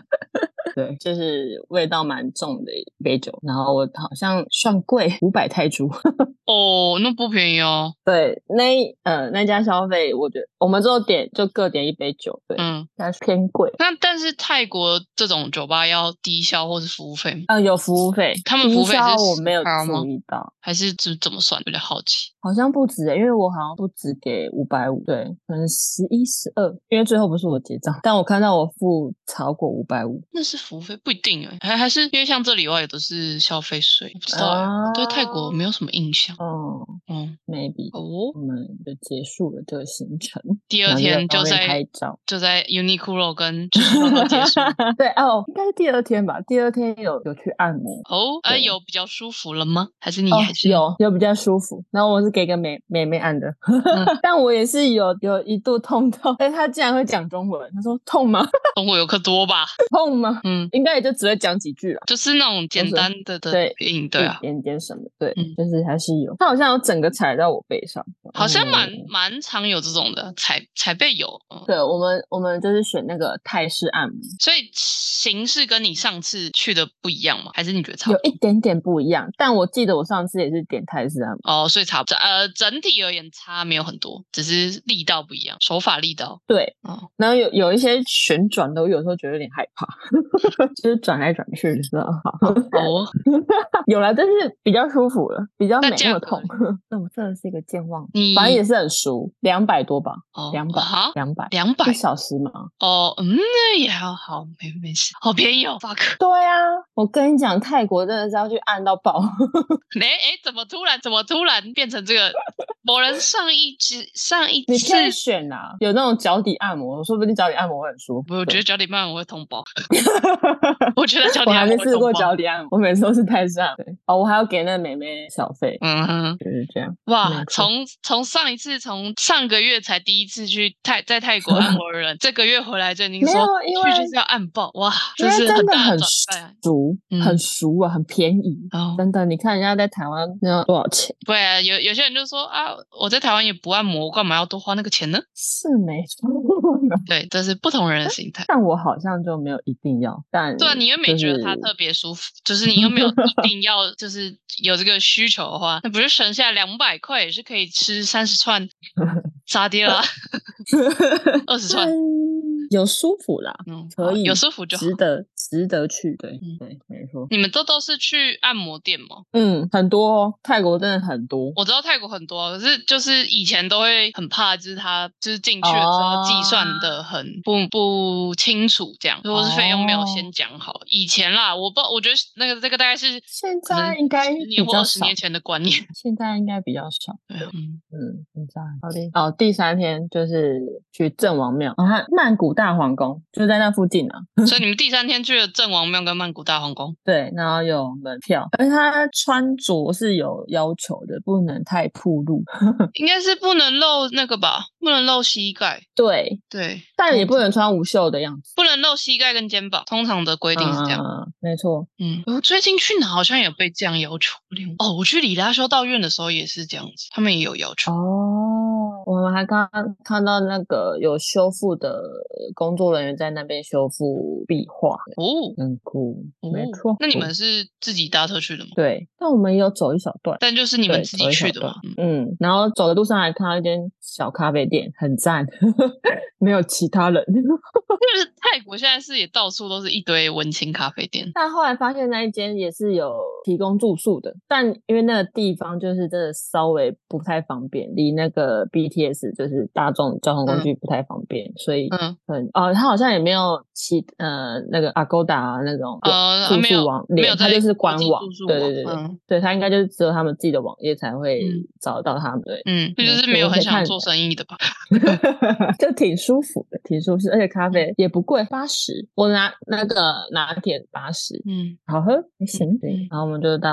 [SPEAKER 2] 对，就是味道蛮重的一杯酒。然后我好像算贵，五百泰铢。
[SPEAKER 1] 哦，那不便宜哦。
[SPEAKER 2] 对，那一呃那家消费，我觉得我们之后点就各点一杯酒，对，
[SPEAKER 1] 嗯，
[SPEAKER 2] 但是偏贵。
[SPEAKER 1] 那但是泰国这种酒吧要低消或是服务费吗？
[SPEAKER 2] 啊，有服务费，
[SPEAKER 1] 他们
[SPEAKER 2] 低
[SPEAKER 1] 服务费是
[SPEAKER 2] 消我
[SPEAKER 1] 10
[SPEAKER 2] 没有
[SPEAKER 1] 趴吗
[SPEAKER 2] 注意到，
[SPEAKER 1] 还是怎怎么算？有点好奇。
[SPEAKER 2] 好像不止、欸，因为我好像不止给五百五，对，可能十一、十二，因为最后不是我结账，但我看到我付超过五百五，
[SPEAKER 1] 那是服务费不一定哎、还还是因为像这里的话，也都是消费税，不知道、欸我对泰国没有什么印象。
[SPEAKER 2] 哦
[SPEAKER 1] 嗯，
[SPEAKER 2] 啊，maybe，
[SPEAKER 1] 哦
[SPEAKER 2] 我，们就结束了这个行程，
[SPEAKER 1] 第
[SPEAKER 2] 然
[SPEAKER 1] 二
[SPEAKER 2] 后
[SPEAKER 1] 天
[SPEAKER 2] 在
[SPEAKER 1] 就
[SPEAKER 2] 外面拍
[SPEAKER 1] 在
[SPEAKER 2] 照。
[SPEAKER 1] 就在 Uniqlo 跟 Uniqlo 结束。
[SPEAKER 2] 对哦，应该是第二天吧。第二天有有去按摩，
[SPEAKER 1] 哦，哎、
[SPEAKER 2] 对
[SPEAKER 1] 有比较舒服了吗？还是你
[SPEAKER 2] 哦
[SPEAKER 1] 还是、
[SPEAKER 2] 有有比较舒服。然后我是给个美美妹按的，
[SPEAKER 1] 嗯
[SPEAKER 2] 但我也是有有一度痛到，哎，他竟然会讲中文，他说痛吗？
[SPEAKER 1] 中国游客多吧？
[SPEAKER 2] 痛吗？
[SPEAKER 1] 嗯，
[SPEAKER 2] 应该也就只会讲几句了。
[SPEAKER 1] 就是那种简
[SPEAKER 2] 是
[SPEAKER 1] 单的的
[SPEAKER 2] 对嗯
[SPEAKER 1] 应对啊
[SPEAKER 2] 一，点点什么，对，
[SPEAKER 1] 嗯
[SPEAKER 2] 就是还是有。他好像有整个踩到我背上，
[SPEAKER 1] 好像蛮
[SPEAKER 2] 嗯
[SPEAKER 1] 蛮常有这种的，踩踩背有。嗯
[SPEAKER 2] 对我们，我们就是选那个泰式按摩，
[SPEAKER 1] 所以形式跟你上次去的不一样吗？还是你觉得差不
[SPEAKER 2] 有
[SPEAKER 1] 多？
[SPEAKER 2] 一点点不一样。但我记得我上次也是点泰式按摩，
[SPEAKER 1] 哦，所以差不多，呃，整体而言差没有很多，只是力道不一样，手法力 道。
[SPEAKER 2] 对，
[SPEAKER 1] 哦
[SPEAKER 2] 然后有有一些旋转的，我有时候觉得有点害怕， 就是转来转去，就是好。
[SPEAKER 1] 哦，
[SPEAKER 2] 有了，但是比较舒服了，比较
[SPEAKER 1] 那
[SPEAKER 2] 没那
[SPEAKER 1] 价
[SPEAKER 2] 么
[SPEAKER 1] 格
[SPEAKER 2] 痛。 那我真的是一个健忘，嗯
[SPEAKER 1] 你
[SPEAKER 2] 反正也是很熟，两百多吧，
[SPEAKER 1] 哦，
[SPEAKER 2] 两百
[SPEAKER 1] 好，
[SPEAKER 2] 两百
[SPEAKER 1] 两百
[SPEAKER 2] 一小时嘛。
[SPEAKER 1] 哦，嗯，那也还好，没没事，好便宜哦，fuck。
[SPEAKER 2] 对啊，我跟你讲，泰国真的是要去按到爆。
[SPEAKER 1] 哎哎，怎么突然怎么突然变成这个？某人上一集上一
[SPEAKER 2] 你
[SPEAKER 1] 次，
[SPEAKER 2] 可以选啊，有那种脚底按摩，说不定脚底按摩会很舒服。
[SPEAKER 1] 我觉得脚底按摩会通报，我 觉得脚
[SPEAKER 2] 我
[SPEAKER 1] 底
[SPEAKER 2] 还
[SPEAKER 1] 按
[SPEAKER 2] 没
[SPEAKER 1] 摩会
[SPEAKER 2] 试
[SPEAKER 1] 通
[SPEAKER 2] 过
[SPEAKER 1] 报
[SPEAKER 2] 脚。底按摩，我每次都是泰式对，哦，我还要给那个美眉小费，
[SPEAKER 1] 嗯哼，
[SPEAKER 2] 就是这样。
[SPEAKER 1] 哇
[SPEAKER 2] 没！错
[SPEAKER 1] 从从上一次，从上个月才第一次去泰，在泰国按摩的 人，这个月回来就已经
[SPEAKER 2] 没
[SPEAKER 1] 说
[SPEAKER 2] 有因
[SPEAKER 1] 去就
[SPEAKER 2] 为
[SPEAKER 1] 是要按爆，哇！
[SPEAKER 2] 因
[SPEAKER 1] 这
[SPEAKER 2] 为
[SPEAKER 1] 是
[SPEAKER 2] 真的
[SPEAKER 1] 大
[SPEAKER 2] 很
[SPEAKER 1] 转变啊。
[SPEAKER 2] 熟，
[SPEAKER 1] 嗯
[SPEAKER 2] 很熟啊，很便宜。
[SPEAKER 1] 哦，
[SPEAKER 2] 真的，你看人家在台湾那要多少钱？
[SPEAKER 1] 对啊，有有些人就说啊，我在台湾也不按摩，我干嘛要多花那个钱呢？
[SPEAKER 2] 是没错，
[SPEAKER 1] 对，这是不同人的心态。
[SPEAKER 2] 但我好像就没有一定要，但
[SPEAKER 1] 对啊，你又没觉得它
[SPEAKER 2] 就是
[SPEAKER 1] 特别舒服，就是你又没有 一定要，就是有这个需求的话，那不是省下两百块也是可以吃三十 串沙爹啦，二十串，
[SPEAKER 2] 嗯有舒服啦，
[SPEAKER 1] 嗯，
[SPEAKER 2] 可
[SPEAKER 1] 好
[SPEAKER 2] 以
[SPEAKER 1] 有舒服就好
[SPEAKER 2] 值。得值得去。对，
[SPEAKER 1] 嗯
[SPEAKER 2] 对，没错。
[SPEAKER 1] 你们都都是去按摩店吗？
[SPEAKER 2] 嗯，很多哦，泰国真的很多。
[SPEAKER 1] 我知道泰国很多，可是就是以前都会很怕，就是他就是进去了之后
[SPEAKER 2] 哦
[SPEAKER 1] 计算的很不不清楚，这样，或者是费用没有
[SPEAKER 2] 哦
[SPEAKER 1] 先讲好。以前啦，我不，我觉得那个这个大概是
[SPEAKER 2] 现
[SPEAKER 1] 可能
[SPEAKER 2] 在应该
[SPEAKER 1] 10
[SPEAKER 2] 比
[SPEAKER 1] 年或
[SPEAKER 2] 较
[SPEAKER 1] 二十
[SPEAKER 2] 少
[SPEAKER 1] 年，前的观念。
[SPEAKER 2] 现在应该比较少。
[SPEAKER 1] 对啊，嗯，
[SPEAKER 2] 嗯，现在好的。哦，第三天就是去郑王庙，啊，它曼谷大皇宫就在那附近啊。
[SPEAKER 1] 所以你们第三天去了郑王庙跟曼谷大皇宫，
[SPEAKER 2] 对，然后有门票，而且它穿着是有要求的，不能太暴露。
[SPEAKER 1] 应该是不能露那个吧，不能露膝盖，
[SPEAKER 2] 对，
[SPEAKER 1] 对，
[SPEAKER 2] 但也不能穿无袖的样子。
[SPEAKER 1] 不能露膝盖跟肩膀，通常的规定是这样。
[SPEAKER 2] 嗯没错。
[SPEAKER 1] 嗯，我最近去哪好像有被这样要求。另哦，我去里拉修道院的时候也是这样子，他们也有要求。
[SPEAKER 2] 哦，我们还刚刚看到那个有修复的工作人员在那边修复壁画，
[SPEAKER 1] 哦，
[SPEAKER 2] 很酷，没
[SPEAKER 1] 哦
[SPEAKER 2] 错。
[SPEAKER 1] 那你们是自己搭车去的吗？
[SPEAKER 2] 对，但我们也有走一小段。
[SPEAKER 1] 但就是你们
[SPEAKER 2] 对
[SPEAKER 1] 自
[SPEAKER 2] 走
[SPEAKER 1] 己
[SPEAKER 2] 一小
[SPEAKER 1] 去的
[SPEAKER 2] 段
[SPEAKER 1] 嘛？嗯，
[SPEAKER 2] 嗯，然后走的路上还看到一间小咖啡店，很赞， 没有其他人。
[SPEAKER 1] 就是泰国现在是也到处都是一堆文青咖啡店。
[SPEAKER 2] 但后来发现那一间也是有提供住宿的，但因为那个地方就是真的稍微不太方便，离那个 BTS 就是大众交通工具不太方便，所以
[SPEAKER 1] 嗯，
[SPEAKER 2] 很哦，他好像也没有其呃那个 Agoda 啊那种
[SPEAKER 1] 呃，
[SPEAKER 2] 住
[SPEAKER 1] 没有
[SPEAKER 2] 宿网
[SPEAKER 1] 没有
[SPEAKER 2] 链，
[SPEAKER 1] 在
[SPEAKER 2] 它就是
[SPEAKER 1] 国
[SPEAKER 2] 官
[SPEAKER 1] 际
[SPEAKER 2] 网
[SPEAKER 1] 住宿，
[SPEAKER 2] 对
[SPEAKER 1] 网
[SPEAKER 2] 对对对，
[SPEAKER 1] 嗯
[SPEAKER 2] 对他应该就是只有他们自己的网页才会
[SPEAKER 1] 嗯
[SPEAKER 2] 找得到他们对。
[SPEAKER 1] 嗯，这就
[SPEAKER 2] 没
[SPEAKER 1] 是没有
[SPEAKER 2] 错
[SPEAKER 1] 很
[SPEAKER 2] 而且
[SPEAKER 1] 想
[SPEAKER 2] 看
[SPEAKER 1] 做生意的吧？
[SPEAKER 2] 就挺舒服的，挺舒适，而且咖
[SPEAKER 1] 嗯
[SPEAKER 2] 啡也不贵，八十。我拿那个拿铁八十，
[SPEAKER 1] 嗯，
[SPEAKER 2] 好喝，还行。
[SPEAKER 1] 嗯
[SPEAKER 2] 对，然后我们就到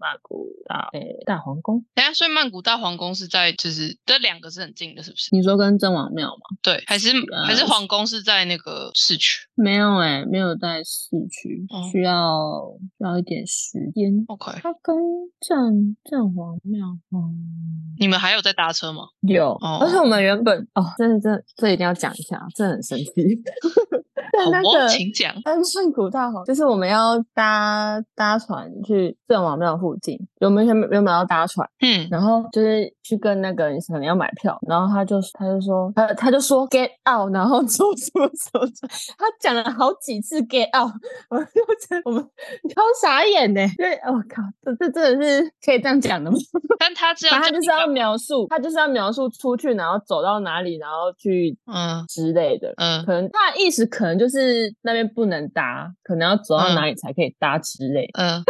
[SPEAKER 2] 曼谷 大诶大皇宫，
[SPEAKER 1] 等一下，所以曼谷大皇宫是在就是这两个是很近的，是不是？
[SPEAKER 2] 你说跟郑王庙吗？
[SPEAKER 1] 对，还是
[SPEAKER 2] 呃
[SPEAKER 1] 还是皇宫是在那个市区
[SPEAKER 2] 没有诶、没有在市区
[SPEAKER 1] 哦，
[SPEAKER 2] 需要需要一点时间。
[SPEAKER 1] ？OK，
[SPEAKER 2] 它哦跟郑郑王庙，嗯，
[SPEAKER 1] 你们还有在搭车吗？
[SPEAKER 2] 有，
[SPEAKER 1] 哦
[SPEAKER 2] 而且我们原本哦，真的真的，这一定要讲一下，这很神奇。 在
[SPEAKER 1] 好
[SPEAKER 2] 那
[SPEAKER 1] 哦，
[SPEAKER 2] 个
[SPEAKER 1] 请讲。
[SPEAKER 2] 但曼谷大好，就是我们要搭搭船去郑王庙附近，我们原本原本要搭船，
[SPEAKER 1] 嗯，
[SPEAKER 2] 然后就是去跟那个人可能要买票，然后他就他就说他他就说 get out，然后走什么什么什么，他讲了好几次 get out，我就觉得我们超傻眼呢、因为我、靠，这这真的是可以这样讲的吗？
[SPEAKER 1] 但他这样
[SPEAKER 2] 反正他
[SPEAKER 1] 叫你
[SPEAKER 2] 就是要
[SPEAKER 1] 干
[SPEAKER 2] 描述，他就是要描述出去，然后走到哪里，然后去
[SPEAKER 1] 嗯
[SPEAKER 2] 之类的。
[SPEAKER 1] 嗯
[SPEAKER 2] 可能他的意思可能就是那边不能搭，可能要走到
[SPEAKER 1] 嗯
[SPEAKER 2] 哪里才可以搭之类的。
[SPEAKER 1] 嗯，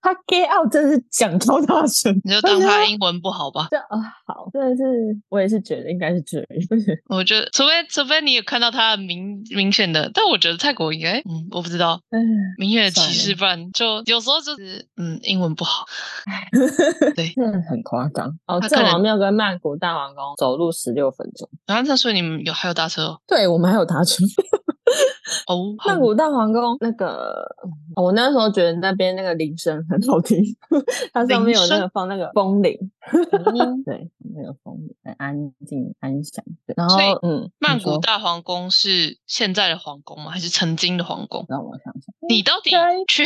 [SPEAKER 2] 他 get out 真的是讲超大声，
[SPEAKER 1] 你就当他英文不好吧。
[SPEAKER 2] 这啊、好，真的是我也是觉得应该是这样。
[SPEAKER 1] 我觉得，除非除非你有看到他的明明显的，但我觉得泰国应该，嗯，我不知道
[SPEAKER 2] 嗯，
[SPEAKER 1] 明显的歧
[SPEAKER 2] 算
[SPEAKER 1] 视，
[SPEAKER 2] 了
[SPEAKER 1] 不然就有时候就是，嗯，英文不好。对，
[SPEAKER 2] 真的很夸张哦。
[SPEAKER 1] 他
[SPEAKER 2] 郑
[SPEAKER 1] 可能
[SPEAKER 2] 王庙跟曼谷大皇宫走路十六分钟，
[SPEAKER 1] 然后那所以你们有还有搭车哦
[SPEAKER 2] 对我们还有搭车。
[SPEAKER 1] 哦，好
[SPEAKER 2] 曼谷大皇宫那个，哦我那时候觉得那边那个铃声很好听，它上面有
[SPEAKER 1] 铃
[SPEAKER 2] 那
[SPEAKER 1] 声
[SPEAKER 2] 个放那个风铃，
[SPEAKER 1] 哦
[SPEAKER 2] 对，那个风铃很安静安详。对然后
[SPEAKER 1] 所以
[SPEAKER 2] 嗯，你
[SPEAKER 1] 曼谷
[SPEAKER 2] 说
[SPEAKER 1] 大皇宫是现在的皇宫吗？还是曾经的皇宫？
[SPEAKER 2] 让我想想，哎
[SPEAKER 1] 你到底
[SPEAKER 2] 该
[SPEAKER 1] 去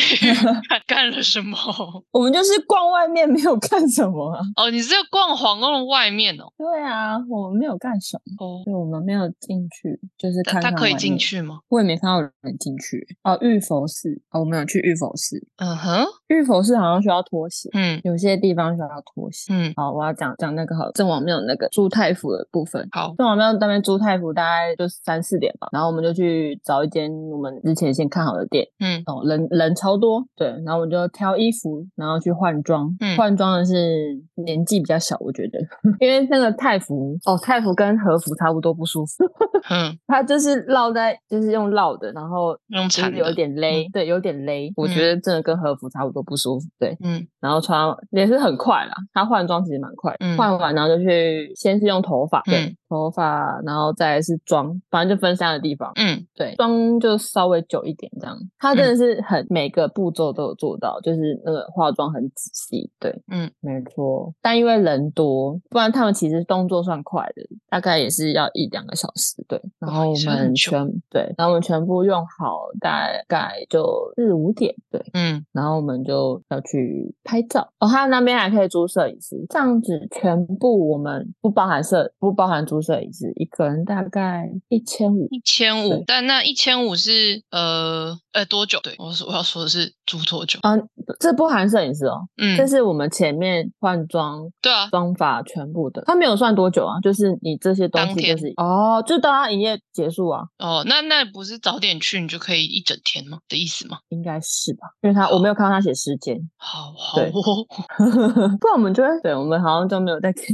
[SPEAKER 1] 干干了什么？
[SPEAKER 2] 我们就是逛外面没有干什么啊。
[SPEAKER 1] 哦，你是逛皇宫的外面哦。
[SPEAKER 2] 对啊，我们没有干什么，
[SPEAKER 1] 哦，
[SPEAKER 2] 对，我们没有进去，就是
[SPEAKER 1] 他
[SPEAKER 2] 看
[SPEAKER 1] 他
[SPEAKER 2] 看
[SPEAKER 1] 可以
[SPEAKER 2] 外
[SPEAKER 1] 进
[SPEAKER 2] 面。
[SPEAKER 1] 去吗？
[SPEAKER 2] 我也没看到有人进去哦，玉佛寺哦，我们有去玉佛寺，
[SPEAKER 1] 嗯哼，
[SPEAKER 2] 玉佛寺好像需要脱鞋，
[SPEAKER 1] 嗯
[SPEAKER 2] 有些地方需要脱鞋。
[SPEAKER 1] 嗯，
[SPEAKER 2] 好，我要讲讲那个好了，郑王庙那个朱太府的部分。
[SPEAKER 1] 好，
[SPEAKER 2] 郑王庙那边朱太府大概就三四点吧，然后我们就去找一间我们之前先看好的店，
[SPEAKER 1] 嗯
[SPEAKER 2] 哦，人人超多，对，然后我们就挑衣服，然后去换装，
[SPEAKER 1] 嗯
[SPEAKER 2] 换装的是年纪比较小，我觉得， 因为那个太服哦，太服跟和服差不多不舒服，
[SPEAKER 1] 嗯，
[SPEAKER 2] 它就是绕在，就是用绕的，然后
[SPEAKER 1] 用
[SPEAKER 2] 就
[SPEAKER 1] 缠
[SPEAKER 2] 是有
[SPEAKER 1] 的，嗯
[SPEAKER 2] 点勒，对，有点勒，我觉得真的跟和服差不多不舒服，对，
[SPEAKER 1] 嗯
[SPEAKER 2] 然后穿也是很快啦，他换装其实蛮快的，
[SPEAKER 1] 嗯
[SPEAKER 2] 换完然后就去先是用头发，对，
[SPEAKER 1] 嗯
[SPEAKER 2] 头发，然后再来是妆，反正就分三个地方，
[SPEAKER 1] 嗯
[SPEAKER 2] 对，妆就稍微久一点这样。他真的是很、每个步骤都有做到，就是那个化妆很仔细，对，
[SPEAKER 3] 嗯，
[SPEAKER 2] 没错。但因为人多，不然他们其实动作算快的，大概也是要一两个小时。对，然
[SPEAKER 1] 哇
[SPEAKER 2] 后我
[SPEAKER 1] 也是很
[SPEAKER 2] 们
[SPEAKER 1] 久
[SPEAKER 2] 全对，然后我们全部用好，大概就四五点。对，
[SPEAKER 3] 嗯，
[SPEAKER 2] 然后我们就要去拍照。哦，他那边还可以租摄影师，这样子全部我们不包含摄，不包含租摄影师，一个人大概一千五。
[SPEAKER 1] 一千五
[SPEAKER 2] 对，
[SPEAKER 1] 但那一千五是呃呃多久？对我说我要说的是租多久？
[SPEAKER 2] 啊，这不含摄影师哦，
[SPEAKER 1] 嗯
[SPEAKER 2] 这，是我们前面换装
[SPEAKER 1] 对啊，
[SPEAKER 2] 装法全部的，他没有算多久啊，就是你这些东
[SPEAKER 1] 当
[SPEAKER 2] 西
[SPEAKER 1] 天
[SPEAKER 2] 就是哦，就到他营业结束啊，
[SPEAKER 1] 哦，那那不是早点去你就可以一整天吗？的意思吗？
[SPEAKER 2] 应该是吧？因为他
[SPEAKER 1] 哦
[SPEAKER 2] 我没有看到他写时间，
[SPEAKER 1] 好好
[SPEAKER 2] 对
[SPEAKER 1] 哦，
[SPEAKER 2] 不然我们就会，对我们好像就没有在看。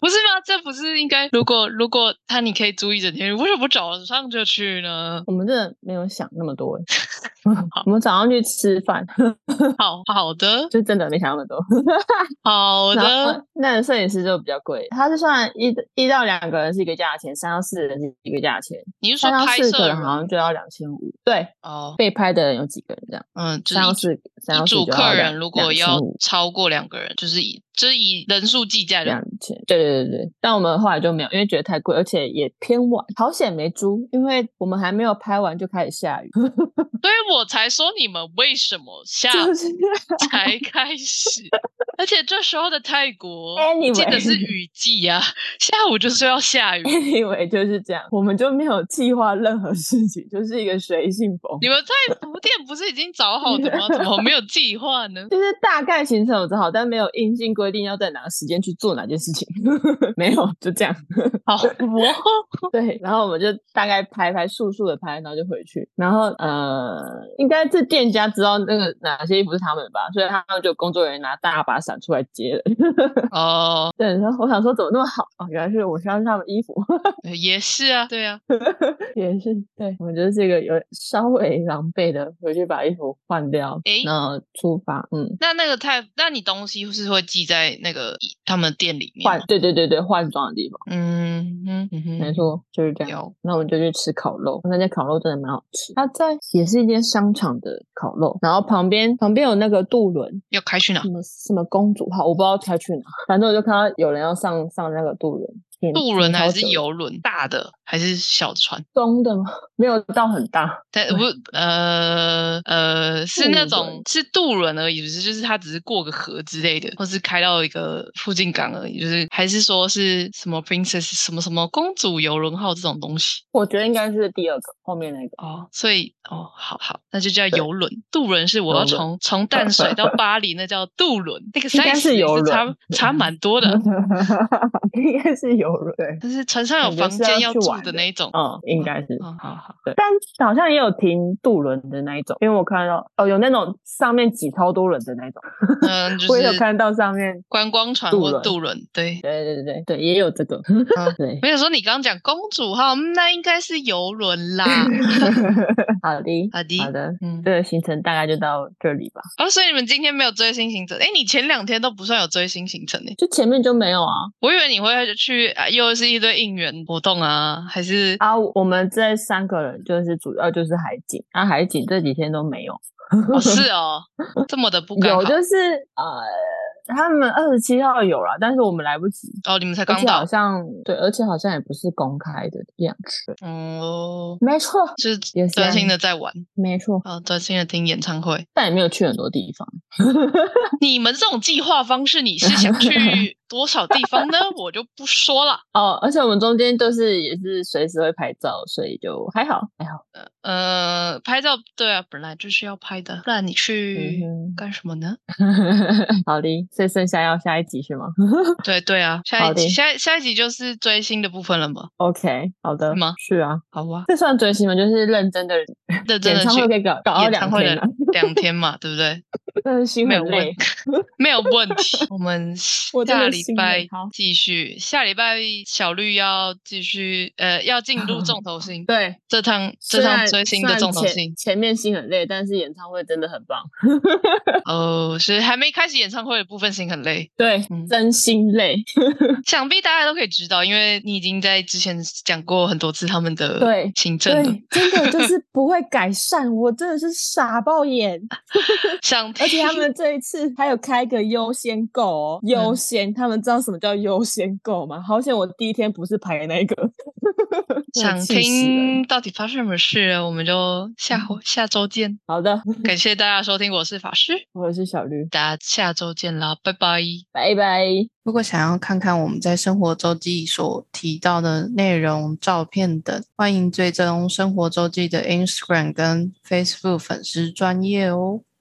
[SPEAKER 1] 不是吗？这不是应该？如果如果他你可以租一整天，为什么不早上就去呢？
[SPEAKER 2] 我们真的没有想那么多欸， 我们早上去吃饭，
[SPEAKER 1] 好好的
[SPEAKER 2] 就真的没想那么多。
[SPEAKER 1] 好
[SPEAKER 2] 然
[SPEAKER 1] 哦的
[SPEAKER 2] 后，那摄影师就比较贵，他是算一一到两个人是一个价钱，三到四个人是一个价钱，
[SPEAKER 1] 你是说
[SPEAKER 2] 三到
[SPEAKER 1] 拍
[SPEAKER 2] 四
[SPEAKER 1] 摄
[SPEAKER 2] 个人
[SPEAKER 1] 人
[SPEAKER 2] 好像就要两千五。对，
[SPEAKER 1] 哦，
[SPEAKER 2] 被拍的人有几个人这样？
[SPEAKER 1] 嗯，就是
[SPEAKER 2] 三到
[SPEAKER 1] 一
[SPEAKER 2] 四，三到
[SPEAKER 1] 一
[SPEAKER 2] 四
[SPEAKER 1] 组
[SPEAKER 2] 就要
[SPEAKER 1] 客
[SPEAKER 2] 两
[SPEAKER 1] 人如果要
[SPEAKER 2] 2500
[SPEAKER 1] 超过两个人，就是以就是以人数计价的
[SPEAKER 2] 两千，对对对对。但我们后来就没有，因为觉得太贵，而且也偏晚。好险没租，因为我们还没有拍完就开始下雨，
[SPEAKER 1] 所以我才说你们为什么下
[SPEAKER 2] 就是
[SPEAKER 1] 才开始，而且这时候的泰国
[SPEAKER 2] Anyway
[SPEAKER 1] 记得是雨季啊，下午就是要下 雨。
[SPEAKER 2] anyway 就是这样，我们就没有计划任何事情，就是一个随性风。
[SPEAKER 1] 你们在福建不是已经找好的吗？怎么没有计划呢？
[SPEAKER 2] 就是大概行程有找好，但没有硬性规定要在哪个时间去做哪件事情， 没有，就这样。
[SPEAKER 1] 好，我
[SPEAKER 2] 对，然后我们就大概拍拍，速速的拍，然后就回去。然后呃，应该是店家知道那个哪些衣服是他们的吧，所以他们就工作人员拿大把伞出来接人。
[SPEAKER 1] 哦，
[SPEAKER 2] 对，然后我想说怎么那么好哦，原来是我穿他们衣服，
[SPEAKER 1] 也是啊，对啊，
[SPEAKER 2] 也是对我就是一个有稍微狼狈的回去把衣服换掉，
[SPEAKER 1] 诶
[SPEAKER 2] 然后出发，嗯。
[SPEAKER 1] 那那个泰，那你东西是会寄在那个他们店里面
[SPEAKER 2] 换
[SPEAKER 1] 吗？
[SPEAKER 2] 对对对对换装的地方，
[SPEAKER 1] 嗯嗯嗯哼，
[SPEAKER 2] 没错，就是这样。
[SPEAKER 1] 有
[SPEAKER 2] 那我们就去吃烤肉，那家烤肉真的蛮好吃。它在也是一间商场的烤肉，然后旁边旁边有那个渡轮，
[SPEAKER 1] 要开去哪
[SPEAKER 2] 什？么什么公主号，我不知道开去哪，反正我就看到有人要上上那个渡轮。停
[SPEAKER 1] 渡轮
[SPEAKER 2] 停
[SPEAKER 1] 还
[SPEAKER 2] 超
[SPEAKER 1] 是
[SPEAKER 2] 久的
[SPEAKER 1] 游轮？大的还是小船？
[SPEAKER 2] 中的吗？没有到很大，
[SPEAKER 1] 但不呃呃是那
[SPEAKER 2] 渡
[SPEAKER 1] 种
[SPEAKER 2] 轮
[SPEAKER 1] 是渡轮而已，不是就是它只是过个河之类的，或是开到一个附近港而已，就是还是说是什么 princess 什么什么公主游轮号这种东西
[SPEAKER 2] 我觉得应该是第二个后面那个。
[SPEAKER 1] 哦，所以哦好好，那就叫
[SPEAKER 2] 对
[SPEAKER 1] 游轮。渡轮是我要
[SPEAKER 2] 游轮
[SPEAKER 1] 从从淡水到巴黎，那叫渡轮，那个
[SPEAKER 2] 应该
[SPEAKER 1] size
[SPEAKER 2] 是
[SPEAKER 1] 也
[SPEAKER 2] 游轮，
[SPEAKER 1] 差差蛮多的
[SPEAKER 2] 嗯应该是游轮，对，
[SPEAKER 1] 但是船上有
[SPEAKER 2] 感觉
[SPEAKER 1] 房
[SPEAKER 2] 是
[SPEAKER 1] 间
[SPEAKER 2] 要
[SPEAKER 1] 要
[SPEAKER 2] 去
[SPEAKER 1] 住
[SPEAKER 2] 玩
[SPEAKER 1] 的
[SPEAKER 2] 的
[SPEAKER 1] 那一种。
[SPEAKER 2] 嗯，应该是。
[SPEAKER 1] 嗯，好 好，
[SPEAKER 2] 对，但好像也有停渡轮的那一种，因为我看到哦，有那种上面挤超多人的那一种，
[SPEAKER 1] 嗯，就
[SPEAKER 2] 我也有
[SPEAKER 1] 是
[SPEAKER 2] 看到上面。
[SPEAKER 1] 观光船
[SPEAKER 2] 渡
[SPEAKER 1] 或
[SPEAKER 2] 轮
[SPEAKER 1] 渡轮，对，
[SPEAKER 2] 对对对对对，也有这 个。对，
[SPEAKER 1] 没有说你刚刚讲公主号，嗯那应该是游轮 啦。
[SPEAKER 2] 好的，
[SPEAKER 1] 好的
[SPEAKER 2] 好的。
[SPEAKER 1] 嗯，
[SPEAKER 2] 这个行程大概就到这里吧，
[SPEAKER 1] 哦，所以你们今天没有追星行程？哎，你前两天都不算有追星行程呢。
[SPEAKER 2] 就前面就没有啊
[SPEAKER 1] 我以为你会去，啊、又是一堆应援活动啊，还是
[SPEAKER 2] 啊！我们这三个人就是主要就是海景，啊海景这几天都没有，
[SPEAKER 1] 哦是 哦，这么的不刚好
[SPEAKER 2] 有就是呃他们二十七号有了，但是我们来不啊及，
[SPEAKER 1] 哦，你们才
[SPEAKER 2] 而
[SPEAKER 1] 刚
[SPEAKER 2] 且好
[SPEAKER 1] 到
[SPEAKER 2] 像对，而且好像也不是公开的样子，
[SPEAKER 1] 哦，
[SPEAKER 2] 没错，
[SPEAKER 1] 就是
[SPEAKER 2] 也是啊
[SPEAKER 1] 专心的在玩
[SPEAKER 2] 没错，
[SPEAKER 1] 啊，专心的听演唱会。
[SPEAKER 2] 但也没有去很多地方。
[SPEAKER 1] 你们这种计划方式，你是想 去多少地方呢？我就不说了。
[SPEAKER 2] 哦，而且我们中间就是也是随时会拍照，所以就还好还好。
[SPEAKER 1] 呃，拍照对啊，本来就是要拍的，不然你去
[SPEAKER 2] 嗯
[SPEAKER 1] 干什么呢？
[SPEAKER 2] 哼， 好的，所以剩下要下一集是吗
[SPEAKER 1] 对对啊，下一
[SPEAKER 2] 好
[SPEAKER 1] 集
[SPEAKER 2] 的
[SPEAKER 1] 下一下一集就是追星的部分了嘛，
[SPEAKER 2] ？OK，好的，
[SPEAKER 1] 是吗
[SPEAKER 2] 是啊，
[SPEAKER 1] 好吧？
[SPEAKER 2] 这算追星吗？就是认真的
[SPEAKER 1] 认真
[SPEAKER 2] 演
[SPEAKER 1] 的
[SPEAKER 2] 唱
[SPEAKER 1] 去
[SPEAKER 2] 会可以搞搞到
[SPEAKER 1] 演
[SPEAKER 2] 两
[SPEAKER 1] 唱会
[SPEAKER 2] 天
[SPEAKER 1] 的
[SPEAKER 2] 啊，
[SPEAKER 1] 两天嘛，对不对？
[SPEAKER 2] 但是心
[SPEAKER 1] 没有
[SPEAKER 2] 很
[SPEAKER 1] 问
[SPEAKER 2] 累。
[SPEAKER 1] 没有问题。我们
[SPEAKER 2] 我真
[SPEAKER 1] 下
[SPEAKER 2] 的
[SPEAKER 1] 礼
[SPEAKER 2] 心
[SPEAKER 1] 拜
[SPEAKER 2] 累好，
[SPEAKER 1] 继续，下礼拜小绿要继续呃要进入重头戏
[SPEAKER 2] 对，
[SPEAKER 1] 这趟这
[SPEAKER 2] 虽然
[SPEAKER 1] 趟追星
[SPEAKER 2] 虽
[SPEAKER 1] 的
[SPEAKER 2] 然
[SPEAKER 1] 重头
[SPEAKER 2] 前
[SPEAKER 1] 戏，
[SPEAKER 2] 前面心很累，但是演唱会真的很棒。
[SPEAKER 1] 哦，是还没开始演唱会的部分心很累，
[SPEAKER 2] 对，
[SPEAKER 1] 嗯
[SPEAKER 2] 真心累。
[SPEAKER 1] 想必大家都可以知道，因为你已经在之前讲过很多次他们的
[SPEAKER 2] 对
[SPEAKER 1] 行程了。
[SPEAKER 2] 对，真的就是不会改善，我真的是傻爆眼。面，
[SPEAKER 1] 想听
[SPEAKER 2] 而且他们这一次还有开个优先购哦，
[SPEAKER 1] 嗯
[SPEAKER 2] 优先，他们知道什么叫优先购吗？好险我第一天不是排那个，真的
[SPEAKER 1] 想
[SPEAKER 2] 气死人。
[SPEAKER 1] 听到底发生什么事了，我们就下
[SPEAKER 3] 嗯
[SPEAKER 1] 回下周见。
[SPEAKER 2] 好的，
[SPEAKER 1] 感谢大家收听，我是法师，
[SPEAKER 2] 我是小绿，
[SPEAKER 1] 大家下周见啦，拜拜。
[SPEAKER 2] 拜拜。
[SPEAKER 3] 如果想要看看我们在生活周记所提到的内容、照片等，欢迎追踪生活周记的 Instagram 跟 Facebook 粉丝专业哦。